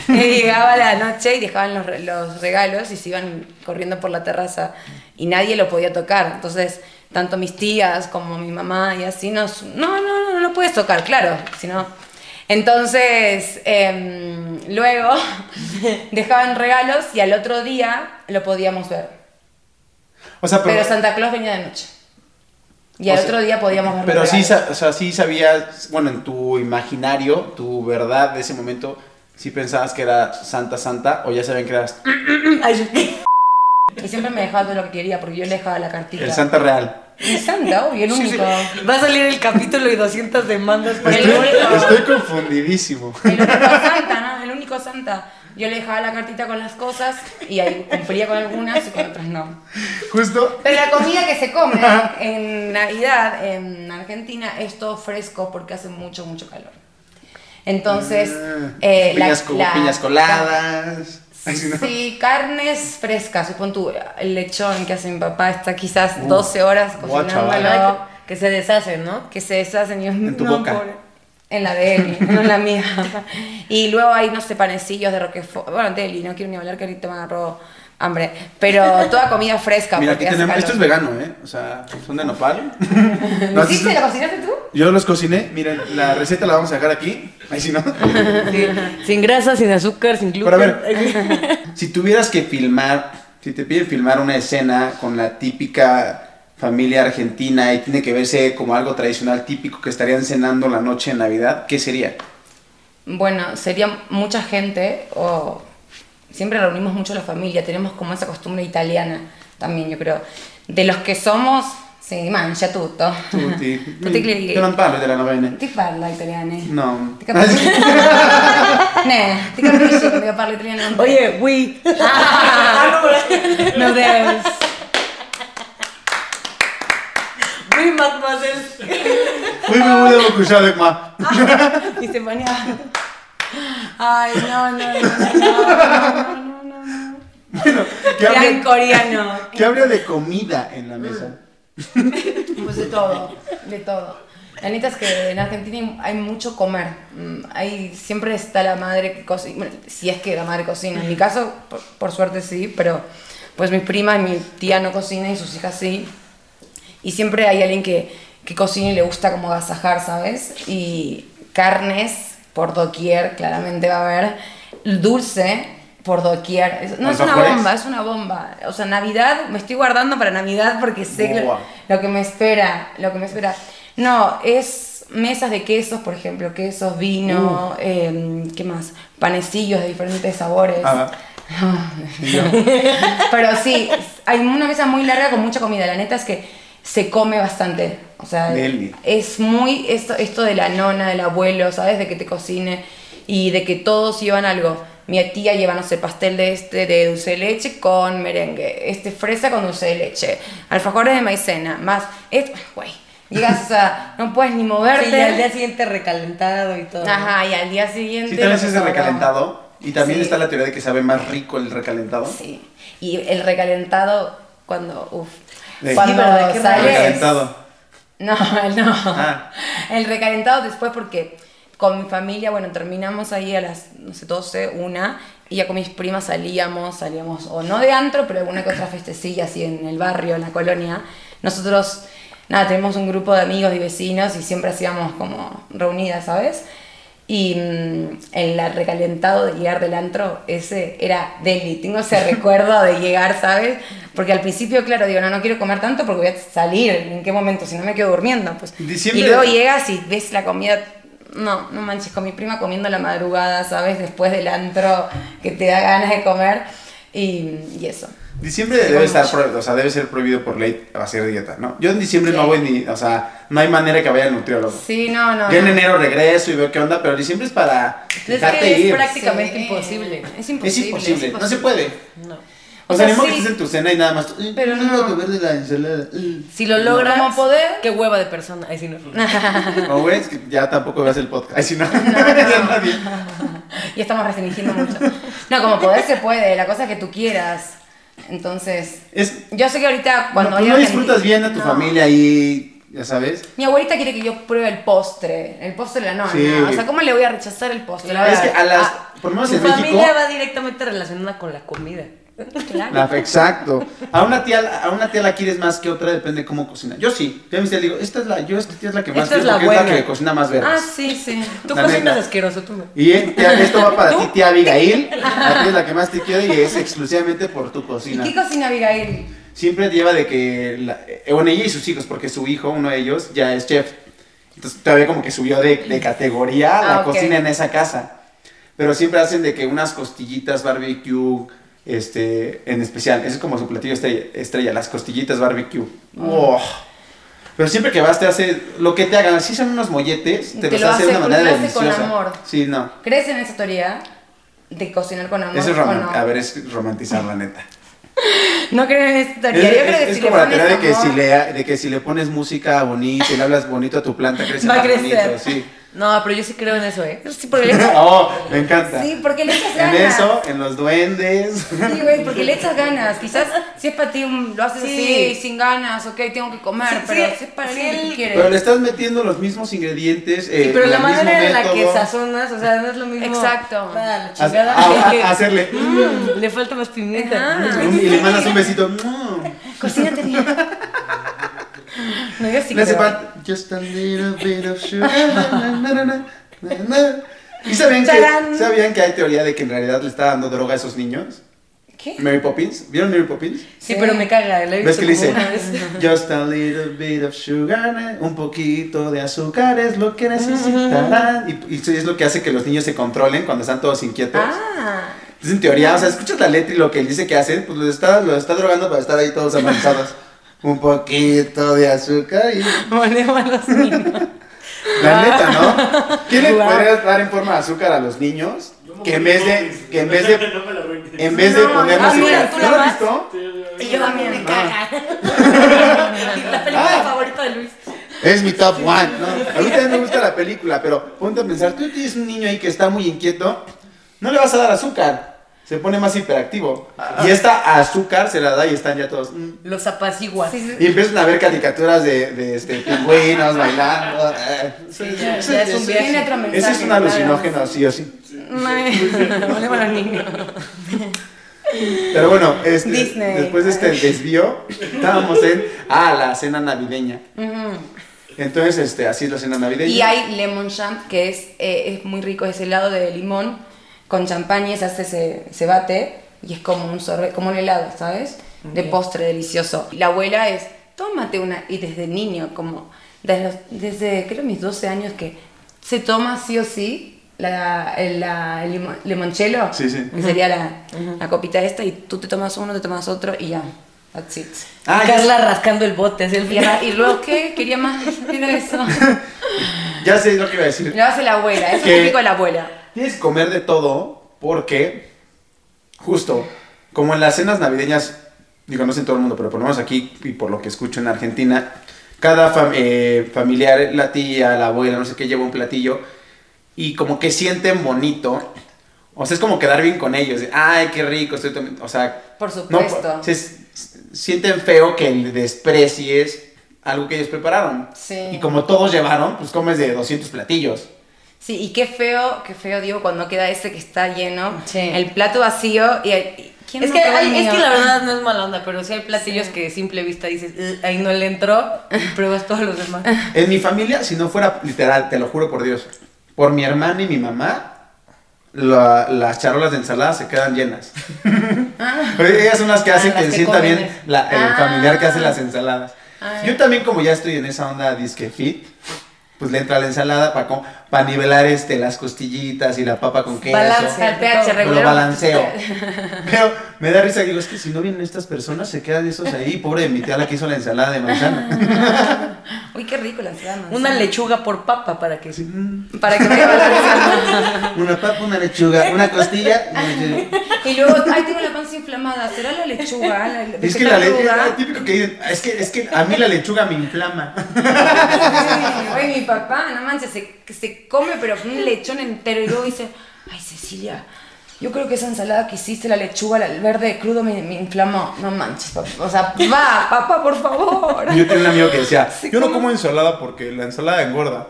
B: Y llegaba la noche y dejaban los, re- los regalos y se iban corriendo por la terraza y nadie lo podía tocar. Entonces, tanto mis tías como mi mamá y así nos... No, no, no, no lo puedes tocar, claro, si no... Entonces, em, luego dejaban regalos y al otro día lo podíamos ver.
C: O sea, pero.
B: Pero Santa Claus venía de noche. Y
C: o
B: al
C: sea,
B: otro día podíamos ver
C: Pero
B: los
C: sí,
B: regalos.
C: sa- o sea, sí sabías, bueno, en tu imaginario, tu verdad de ese momento, sí pensabas que era Santa Santa, o ya sabían que eras
B: Y siempre me dejaba todo lo que quería porque yo le dejaba la cartita.
C: el Santa Real.
B: Y Santa, obvio, el
A: Sí,
B: único.
A: sí. Va a salir el capítulo y 200 demandas por el
C: Estoy,
A: único.
C: estoy confundidísimo.
B: El único Santa, ¿no? El único Santa. Yo le dejaba la cartita con las cosas y ahí cumplía con algunas y con otras no.
C: Justo
B: Pero la comida que se come en Navidad en Argentina es todo fresco porque hace mucho, mucho calor. Entonces,
C: Ah,
B: eh, la-
C: piñas, co-
B: la-
C: piñas coladas. Ay, sí, ¿no?
B: Sí, carnes frescas. Supón tú, el lechón que hace mi papá está quizás 12 horas
C: guau, chaval.
A: Ay,
B: cocinándolo,
A: que, que se deshacen, ¿no?
B: que se deshacen y
C: En tu boca.
B: En la de él, no en la mía. Y luego hay, no sé, panecillos de roquefort. Bueno, de Eli, no quiero ni hablar que ahorita me agarró hambre. Pero toda comida fresca.
C: Mira, aquí
B: porque hace
C: tenemos. Esto es
B: calor.
C: vegano, ¿eh? O sea, son de nopal.
B: ¿Lo
C: Los-
B: hiciste? ¿Lo cocinaste tú?
C: Yo los cociné. Miren, la receta la vamos a dejar aquí. Ahí sí, ¿no?
A: Sí. Sin grasa, sin azúcar, sin gluten.
C: Pero a ver, si tuvieras que filmar, si te piden filmar una escena con la típica familia argentina y tiene que verse como algo tradicional típico que estarían cenando la noche en Navidad, ¿qué sería?
B: Bueno, sería mucha gente o siempre reunimos mucho la familia, tenemos como esa costumbre italiana también, yo creo. De los que somos, si mangia tutto.
C: Tutti.
B: Tutti quelli-
C: Io non Mm. parlo della novena.
B: Ti parla italiano?
C: No.
B: Ti capisci? Ne, ti capisci che io parlo italiano?
A: Oye, güey. Ah,
B: No debes.
A: Güey, mademoiselle.
C: Poi mi volevo cucinare qua.
B: Y se ponía... Ay, no, no, no, no, no, no, no.
C: ¿Qué
B: Gran
C: habría,
B: coreano.
C: qué habría de comida en la mesa?
B: Mm. Pues de todo, de todo. La neta es que en Argentina hay mucho comer. Mm, Hay, siempre está la madre que cocina. Bueno, si es que la madre cocina. En mi caso, por, por suerte sí, pero pues mis primas y mi tía no cocinan y sus hijas sí. Y siempre hay alguien que, que cocina y le gusta como agasajar, ¿sabes? Y carnes por doquier, claramente va a haber. Dulce por doquier. Es- no es una
C: ¿Alfajores?
B: bomba, es una bomba. O sea, Navidad, me estoy guardando para Navidad porque sé que
C: Buah.
B: lo, lo que me espera, lo que me espera. No, es mesas de quesos, por ejemplo, quesos, vino, em, ¿qué más? Panecillos de diferentes sabores.
C: Ah, y yo,
B: Pero sí, hay una mesa muy larga con mucha comida. La neta es que se come bastante. O sea,
C: Deli.
B: es muy esto, esto de la nona, del abuelo, ¿sabes? De que te cocine y de que todos llevan algo. Mi tía lleva, no sé, pastel de este de dulce de leche con merengue. Este fresa con dulce de leche. Alfajores de maicena. Más. Es, güey. Llegas a. No puedes ni moverte.
A: Sí, y al día siguiente recalentado y todo.
B: Ajá, y al día siguiente.
C: Sí, también
B: lo
C: se hace
B: que sobraba.
C: recalentado. Y también
B: Sí.
C: está la teoría de que sabe más rico el recalentado.
B: Sí. Y el recalentado cuando. Uf.
C: Sí.
B: Cuando
A: Sí, ¿verdad? Qué
C: El
A: Tal vez.
B: sales.
C: recalentado.
B: No, el no.
C: Ah.
B: El recalentado después porque con mi familia, bueno, terminamos ahí a las, no sé, 12, una, y ya con mis primas salíamos, salíamos, o no de antro, pero alguna que otra festecilla así en el barrio, en la colonia. Nosotros nada, tenemos un grupo de amigos y vecinos y siempre hacíamos como reunidas, ¿sabes? Y mm, el recalentado de llegar del antro, ese era deli. Tengo ese recuerdo de llegar, ¿sabes? Porque al principio, claro, digo, no, no quiero comer tanto porque voy a salir. ¿En qué momento? Si no me quedo durmiendo. Pues.
C: Diciembre-
B: Y luego llegas y ves la comida. No, no manches, con mi prima comiendo a la madrugada, ¿sabes? Después del antro, que te da ganas de comer. Y, y eso.
C: Diciembre debe estar, pro- o sea, debe ser prohibido por ley hacer dieta, ¿no? Yo en diciembre
B: Sí.
C: no voy ni, o sea, no hay manera que vaya al nutriólogo.
B: Sí, no, no.
C: Yo en
B: no.
C: enero regreso y veo qué onda, pero diciembre es para
A: Es
C: dejarte
A: que es
C: ir.
A: práctica- prácticamente imposible.
B: Es
C: Es
B: imposible.
C: imposible,
B: es
C: no se puede.
A: No.
C: O,
B: O
C: sea,
B: sea,
C: ni modo que
B: sí.
C: estés en tu cena y nada más. tú, "Ay,
B: Pero
C: tengo
B: no.
C: que ver de la ensalada. ay".
A: Si lo logras,
B: Como poder.
A: qué hueva de persona. Ay, sí, no.
C: No, güey, es que ya tampoco veas el podcast. Ay, si no, ya está bien.
B: Y estamos restringiendo mucho. No, como poder se puede, la cosa que tú quieras. Entonces,
C: Es,
B: yo sé que ahorita cuando...
C: no, pues
B: hay
C: no
B: algo que-
C: disfrutas bien a tu
B: No.
C: familia y, ya sabes.
B: Mi abuelita quiere que yo pruebe el postre, el postre de la nona.
C: Sí.
B: O sea, ¿cómo le voy a rechazar el postre? La
C: Es que
B: verdad.
C: a las,
A: Ah,
C: por lo menos
A: tu
C: en México,
A: familia va directamente relacionada con la comida.
B: Claro.
C: La- exacto. A una tía, a una tía la quieres más que otra, depende de cómo cocina. Yo sí. Yo a mis tías le digo, esta es la, yo esta tía es la que más
A: Esta es
C: quiero
A: la
C: porque
A: buena.
C: que cocina más verdes.
B: Ah, sí, sí.
A: Tú
C: La
A: cocinas
C: neta.
A: asqueroso, tú no.
C: Y eh, tía, esto va para ti, tía Abigail. La tía es la que más te quiere y es exclusivamente por tu
B: ¿Y
C: cocina.
B: qué cocina Abigail?
C: Siempre lleva de que, la- eh, bueno, ella y sus hijos, porque su hijo, uno de ellos, ya es chef. Entonces todavía como que subió de, de categoría la
B: Ah, ok.
C: cocina en esa casa. Pero siempre hacen de que unas costillitas barbecue, este, en especial, ese es como su platillo estrella, estrella, las costillitas barbecue.
B: Ah.
C: Wow. Pero siempre que vas te hace lo que te hagan, si son unos molletes, te,
B: Te
C: los
B: lo
C: hace de
B: hace
C: una
B: con-
C: manera
B: lo hace con
C: deliciosa.
B: amor.
C: Sí, no.
B: ¿Crees en esa teoría de cocinar con amor
C: Eso es
B: o
C: roman-
B: no?
C: a ver, es romantizar la neta.
B: No creo en esa
C: Es,
B: teoría. yo creo que
C: es
B: si
C: como
B: le
C: la
B: pones
C: teoría de que,
B: amor-
C: si le, de que si le pones música bonita y le hablas bonito a tu planta, crece
A: Va a
C: más
A: crecer.
C: bonito, sí.
A: No, pero yo sí creo en eso, ¿eh?
B: Sí, porque le echas-
C: Oh, me encanta.
B: sí, porque le
A: pues,
B: echas
C: en
B: ganas.
C: eso, en los duendes.
B: Sí, güey, porque le echas ganas. Quizás si es para ti, un- lo haces
A: Sí.
B: así, sin ganas, ok, tengo que comer,
A: Sí,
B: pero
A: sí,
B: si es para
A: sí,
B: alguien
A: el-
B: que quiere.
C: Pero le estás metiendo los mismos ingredientes. eh,
A: Sí, pero
C: con
A: la
C: el mismo
A: manera en la que
C: método.
A: sazonas, o sea, no es lo mismo.
B: Exacto.
A: Para la
C: Haz-
A: chingada.
C: a-
A: que-
C: a- hacerle.
A: Mm, le falta más pimienta.
B: Ajá.
C: Mm, Y le mandas un besito. mm.
B: Cocínate bien. No, yo sí
C: Le hace
B: creo.
C: falta just a little bit of sugar. na, na, na, na, na, na. ¿Y sabían que,
B: Tarán.
C: sabían que hay teoría de que en realidad le está dando droga a esos niños?
B: ¿Qué?
C: Mary Poppins. ¿Vieron Mary Poppins?
A: Sí, pero me caga. la he visto
C: ¿Ves que le
A: como
C: dice?
A: una vez.
C: Just a little bit of sugar, eh, un poquito de azúcar es lo que necesitarán. Y, y eso es lo que hace que los niños se controlen cuando están todos inquietos.
B: Ah,
C: Entonces, en teoría, o sea, escuchas la letra y lo que él dice que hace, pues los está, los está drogando para estar ahí todos avanzados. un poquito de azúcar y...
A: Manejo a los niños. Ah.
C: La neta, ¿no? ¿Quién le podría dar en forma de azúcar a los niños? Que en vez de... Que en vez de...
D: No me la arruines.
C: En vez de
B: No,
C: poner
B: ah,
C: música-
A: mira, tú la
C: ¿No lo has
A: vas.
C: visto?
D: Sí,
A: Ah.
B: yo también.
A: La película
C: Ah.
A: favorita de Luis.
C: Es mi top one. ¿no? A mí también me gusta la película, pero ponte a pensar, tú tienes un niño ahí que está muy inquieto, no le vas a dar azúcar. Se pone más hiperactivo. Y esta azúcar se la da y están ya todos. mm.
A: Los apaciguas.
B: Sí, sí.
C: Y empiezan a ver caricaturas de, de, este, pingüinos bailando. eh.
A: Sí, ya- ya es un
B: Tiene
A: viaje.
B: otro
C: Ese
B: mensaje.
C: es un
B: claro.
C: alucinógeno, sí o sí.
A: Manejo a los niños.
C: Pero bueno, este,
B: Disney.
C: después de este desvío, estábamos en. Ah, la cena navideña. Entonces, este, así es la cena navideña.
B: Y hay lemon champ, que es, eh, es muy rico, es helado de limón con champaña, se hace ese, ese bate y es como un sorbet, como un helado, ¿sabes? De postre delicioso. Y La abuela es, tómate una, y desde niño, como desde, los- desde creo mis 12 años que se toma sí o sí la, el- la- el limo- limoncello,
C: Sí, sí.
B: que sería la, la copita esta, y tú te tomas uno, te tomas otro y ya, that's it.
C: Ah, ya-
A: Carla rascando el bote, es el
B: Y,
A: final.
B: y luego, ¿qué? Quería más, era eso.
C: ya sé lo que iba a decir.
B: Lo hace la abuela, es
C: ¿Qué?
B: un típico de la abuela.
C: Tienes que comer de todo porque, justo, como en las cenas navideñas, digo, no sé en todo el mundo, pero por lo menos aquí y por lo que escucho en Argentina, cada fam- eh, familiar, la tía, la abuela, no sé qué, lleva un platillo y como que sienten bonito. O sea, es como quedar bien con ellos. de, Ay, qué rico, estoy tomi-". O sea,
B: Por
C: no,
B: supuesto.
C: se, s- sienten feo que le desprecies algo que ellos prepararon.
B: Sí.
C: Y como todos llevaron, pues comes de 200 platillos.
B: Sí, y qué feo, qué feo digo cuando queda ese que está lleno,
A: Sí.
B: el plato vacío y, y ¿Quién
A: Es
B: no
A: que,
B: probó el
A: hay- es
B: mío?
A: que la verdad no es mala onda, pero sí hay platillos
B: Sí.
A: que de simple vista dices, "Eh, ahí no le entró, y pruebas todos los demás.
C: En mi familia, si no fuera literal, te lo juro por Dios, por mi hermana y mi mamá, la- las charolas de ensalada se quedan llenas. Ellas son las que
A: Ah,
C: hacen
A: las
C: que
A: que
C: sienta
A: comen.
C: bien la- el
B: Ah.
C: familiar que hace las ensaladas.
B: Ah.
C: Yo también, como ya estoy en esa onda disque fit, pues le entra la ensalada para nivelar este, las costillitas y la papa con queso.
A: Balance.
B: Al pH
C: Lo
B: regular.
C: balanceo. Pero me da risa, digo, es que si no vienen estas personas, se quedan esos ahí. Pobre de mi tía la que hizo la ensalada de manzana.
B: Uy, qué rico la ensalada. de manzana.
A: Una lechuga por papa para que...
B: Para que te balancees.
C: Una papa, una lechuga, una costilla. una lechuga.
B: Y luego, ay, tengo la panza inflamada. ¿Será la lechuga? La, la-
C: Es que la eh, lechuga,
B: cruda?
C: es típico que dicen, "Ah, es que, es que a mí la lechuga me inflama.
B: Ay, güey, mi papá, no manches, se, se come pero un lechón entero y luego dice, ay Cecilia, yo creo que esa ensalada que hiciste, la lechuga, la- el verde crudo me, me inflamó, no manches, papá, o sea, va, papá, por favor.
C: Yo tenía un amigo que decía,
B: Sí,
D: Yo no
B: ¿cómo?
D: como ensalada porque la ensalada engorda.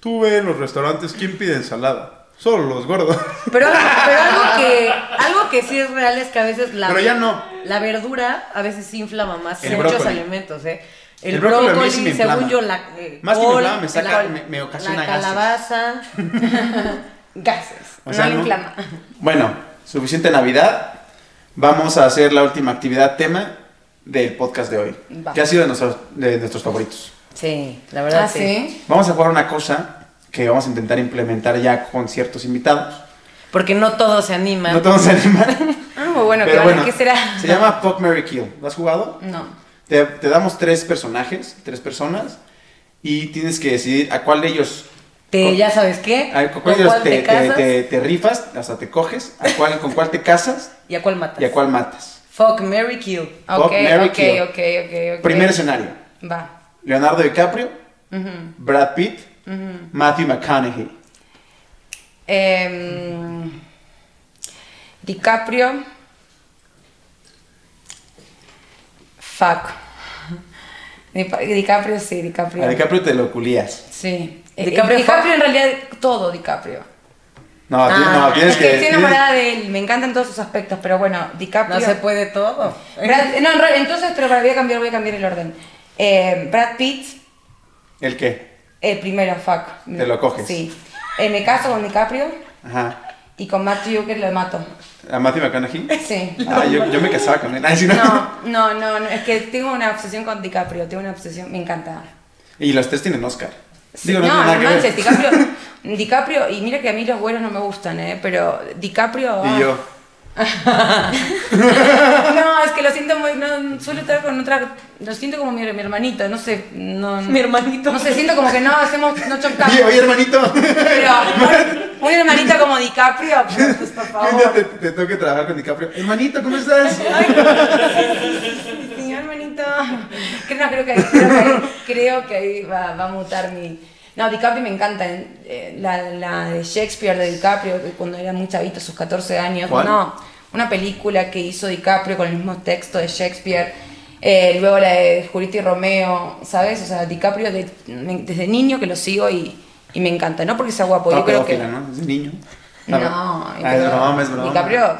D: Tú ves en los restaurantes quién pide ensalada. Solo los gordos.
A: Pero, algo- pero algo, que, algo que sí es real es que a veces la,
C: Pero ya no.
A: la verdura a veces sí inflama más
C: El
A: que muchos
C: brócoli.
A: alimentos, ¿eh? El,
C: El brócoli a
A: brócoli,
C: mí sí me
A: según
C: inflama.
A: yo, la eh,
C: Más que me
A: col,
C: inflama, me saca-
A: la-
C: me- me ocasiona
A: la
C: gases.
A: calabaza.
B: Gases,
C: O sea,
B: no,
C: no.
B: le inflama.
C: Bueno, suficiente Navidad. Vamos a hacer la última actividad tema del podcast de hoy.
B: Va.
C: Que ha sido de nuestros, de nuestros favoritos.
A: Sí, la verdad
B: Ah,
A: sí.
B: sí.
C: Vamos a jugar una cosa que vamos a intentar implementar ya con ciertos invitados.
A: Porque no todos se animan.
C: No te vamos a animar.
B: Ah, muy bueno,
C: pero
B: claro,
C: bueno,
B: ¿qué será?
C: se llama Fuck, Mary Kill. ¿Lo has jugado?
B: No.
C: Te, te damos tres personajes, tres personas, y tienes que decidir a cuál de ellos,
A: Te, ya sabes qué,
C: a cu-
A: con
C: cuál de ellos
A: cuál
C: te,
A: te,
C: te-
A: casas
C: te- te rifas, o sea, te coges, a cuál, con cuál te casas
A: y a cuál matas.
C: y a cuál matas.
A: Fuck, Mary Kill.
C: Fuck,
B: Ok,
C: marry,
B: ok,
C: kill.
B: ok, ok, ok.
C: Primer escenario,
B: Va.
C: Leonardo DiCaprio, Brad Pitt, Matthew McConaughey.
B: Em, DiCaprio. Fuck. Di- DiCaprio sí, DiCaprio.
C: A Ah, DiCaprio te lo culías.
B: Sí. Eh,
A: DiCaprio
B: DiCaprio,
A: fuck.
B: en realidad todo DiCaprio.
C: No, ti-
A: Ah,
C: no, tienes
B: es que
C: que...
B: estoy
C: tienes-
B: enamorada de él, me encantan todos sus aspectos, pero bueno, DiCaprio.
A: No se puede todo.
B: Brad- no, en realidad- entonces, pero voy a cambiar, voy a cambiar el orden. Eh, Brad Pitt,
C: ¿El qué?
B: el primero, fuck.
C: Te lo coges.
B: Sí. Eh, me caso con DiCaprio
C: Ajá.
B: y con Matthew que lo mato.
C: ¿A Matthew McConaughey?
B: Sí.
C: Ah, yo, yo me casaba con él. Ay, sí, no.
B: No, no, no, no, es que tengo una obsesión con DiCaprio, tengo una obsesión, me encanta.
C: Y los tres tienen Oscar.
B: Sí,
C: Digo,
B: no,
C: tiene
B: no,
C: nada que ver.
B: manches, DiCaprio, DiCaprio, y mira que a mí los güeros no me gustan, ¿eh? Pero DiCaprio... ah.
C: Y yo.
B: No, es que lo siento muy, no, suelo estar con otra, lo siento como mi, mi hermanito, no sé, no...
A: Mi hermanito.
B: No sé, siento como que no hacemos, no chocamos.
C: Oye, oye, hermanito.
B: Pero un hermanito como DiCaprio, pues, pues, por
C: Un día
B: favor.
C: te, te tengo que trabajar con DiCaprio. Hermanito, ¿cómo estás?
B: Señor hermanito, que no, creo que, creo que ahí, creo que ahí va, va a mutar mi... No, DiCaprio me encanta, eh, la, la de Shakespeare de DiCaprio, que cuando era muy chavito, sus 14 años.
C: ¿Cuál?
B: No, una película que hizo DiCaprio con el mismo texto de Shakespeare, eh, luego la de Julieta y Romeo, ¿sabes? O sea, DiCaprio de- me- desde niño que lo sigo y, y me encanta, no porque sea guapo, yo
C: Todo
B: creo que...
C: pedófilo, Ah, ¿no? Es niño.
B: No,
C: Ah, es broma, es broma.
B: DiCaprio,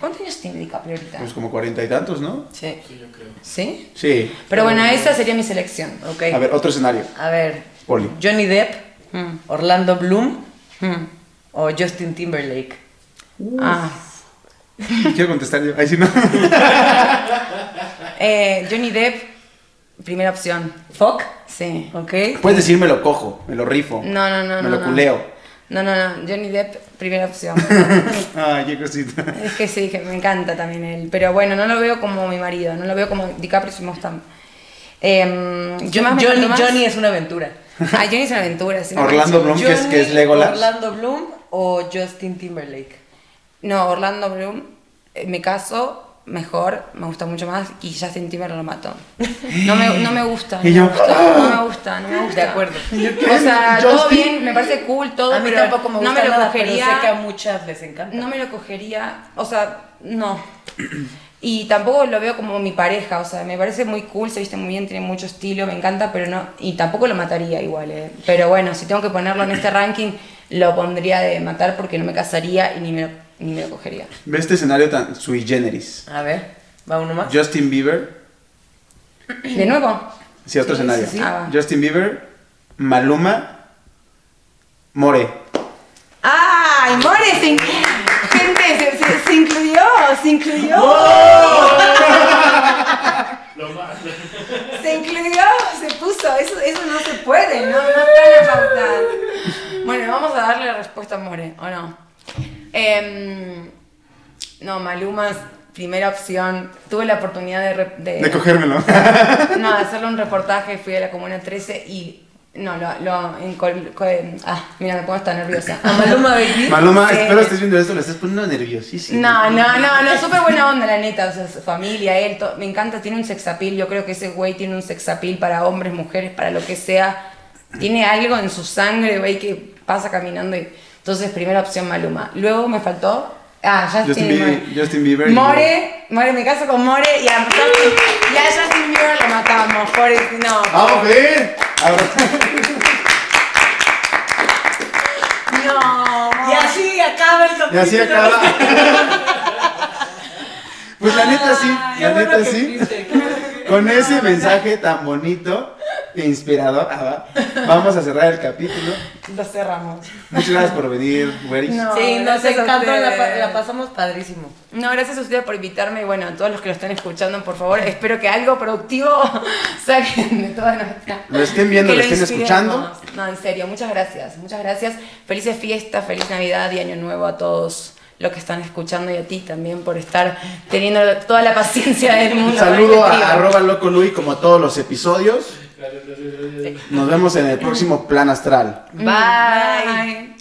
B: ¿cuántos años tiene DiCaprio ahorita?
C: Pues como cuarenta y tantos, ¿no?
A: Sí.
B: ¿Sí?
C: Sí.
B: Pero bueno,
C: eh,
B: esa sería mi selección.
A: Ok.
C: A ver, otro escenario.
A: A ver,
C: Poli.
A: Johnny Depp,
B: Mm.
A: Orlando Bloom
B: Mm.
A: o Justin Timberlake.
B: Ah.
C: Quiero contestar yo. Ahí sí no.
B: Eh, Johnny Depp, primera opción.
A: Fuck.
B: Sí.
A: Ok.
C: Puedes decir, me lo cojo, me lo rifo.
B: No, no, no.
C: Me
B: no,
C: lo
B: no.
C: culeo.
B: No, no, no. Johnny Depp, primera opción.
C: Ay, qué cosita.
B: es que sí, que me encanta también él. Pero bueno, no lo veo como mi marido. No lo veo como DiCaprio si me gusta. Em, ¿qué más me
A: Johnny,
B: encanta más?
A: Johnny es una aventura.
B: Ah, Johnny es una aventura. sí, no
C: Orlando
B: manches.
C: Bloom, que es, que es
A: Johnny,
C: Legolas.
A: Orlando Bloom o Justin Timberlake.
B: No, Orlando Bloom. eh, me caso mejor, me gusta mucho más y Justin Timberlake lo mato. No me, no me gusta.
C: Y
B: no
C: yo- ¡ah!
B: me gusta, no me gusta, no me gusta.
A: De acuerdo.
B: O sea, todo
C: Justin.
B: bien, me parece cool, todo,
A: a mí
B: pero
A: tampoco me gusta
B: no me lo
A: nada,
B: cogería,
A: pero sé que a muchas les encanta.
B: no me lo cogería, o sea, no. Y tampoco lo veo como mi pareja, o sea, me parece muy cool, se viste muy bien, tiene mucho estilo, me encanta, pero no, y tampoco lo mataría igual, eh. Pero bueno, si tengo que ponerlo en este ranking, lo pondría de matar porque no me casaría y ni me lo ni me lo cogería.
C: Ve este escenario tan sui generis.
A: A ver, va uno más.
C: Justin Bieber,
B: De nuevo,
C: sí, otro
A: Sí,
C: escenario.
A: sí,
B: sí. Ah.
C: Justin Bieber, Maluma, More.
B: ¡Ay, More! Se in- Gente, se, se- se incluyó, se incluyó. Se incluyó, se puso. Eso, eso no se puede, no, no puede faltar. Bueno, vamos a darle la respuesta a More, ¿o no? Em, no, Maluma, es primera opción. Tuve la oportunidad de... re-
D: De cogérmelo.
B: no, hacerle un reportaje, fui a la Comuna 13 y... No, lo... lo en col- co- em, ah, mira, me pongo hasta nerviosa. Eh,
A: A Maluma Baby.
C: Maluma,
B: Sí.
C: espero estés viendo esto, le estás poniendo nerviosísimo.
B: No, no, no, no, súper buena onda, la neta. O sea, su familia, él, to- me encanta, tiene un sexapil. Yo creo que ese güey tiene un sexapil para hombres, mujeres, para lo que sea. Tiene algo en su sangre, güey, que pasa caminando. y- Entonces, primera opción, Maluma. Luego me faltó. Ah, Justin,
C: Justin Bieber- Justin Bieber y
B: More, More, me caso con More y a Justin, y a Justin Bieber lo matamos. Por no.
C: Vamos a ver. Ah, Ahora,
B: No.
A: Y así acaba el
C: y
A: capítulo.
C: así acaba. Pues la neta sí, la
A: Qué bueno
C: neta
A: que
C: sí.
A: fuiste.
C: Con ese mensaje tan bonito e inspirador, ah, va, vamos a cerrar el capítulo.
B: Lo cerramos.
C: Muchas gracias por venir, Weris.
B: No,
A: Sí, nos
B: gracias a
A: encantó, la, pa-
B: ustedes.
A: la pasamos padrísimo.
B: No, gracias a ustedes por invitarme y bueno, a todos los que lo están escuchando, por favor, espero que algo productivo saquen de toda nuestra...
C: Lo estén viendo,
B: que
C: lo estén
B: inspiremos.
C: escuchando.
B: No, en serio, muchas gracias, muchas gracias. Felices fiestas, feliz Navidad y Año Nuevo a todos los que están escuchando y a ti también por estar teniendo toda la paciencia del
C: Un
B: mundo.
C: saludo
B: Para este
C: a
B: trío.
C: arroba loco Luis como todos los
A: Mm.
C: episodios. Nos vemos en el próximo plan astral.
B: Bye.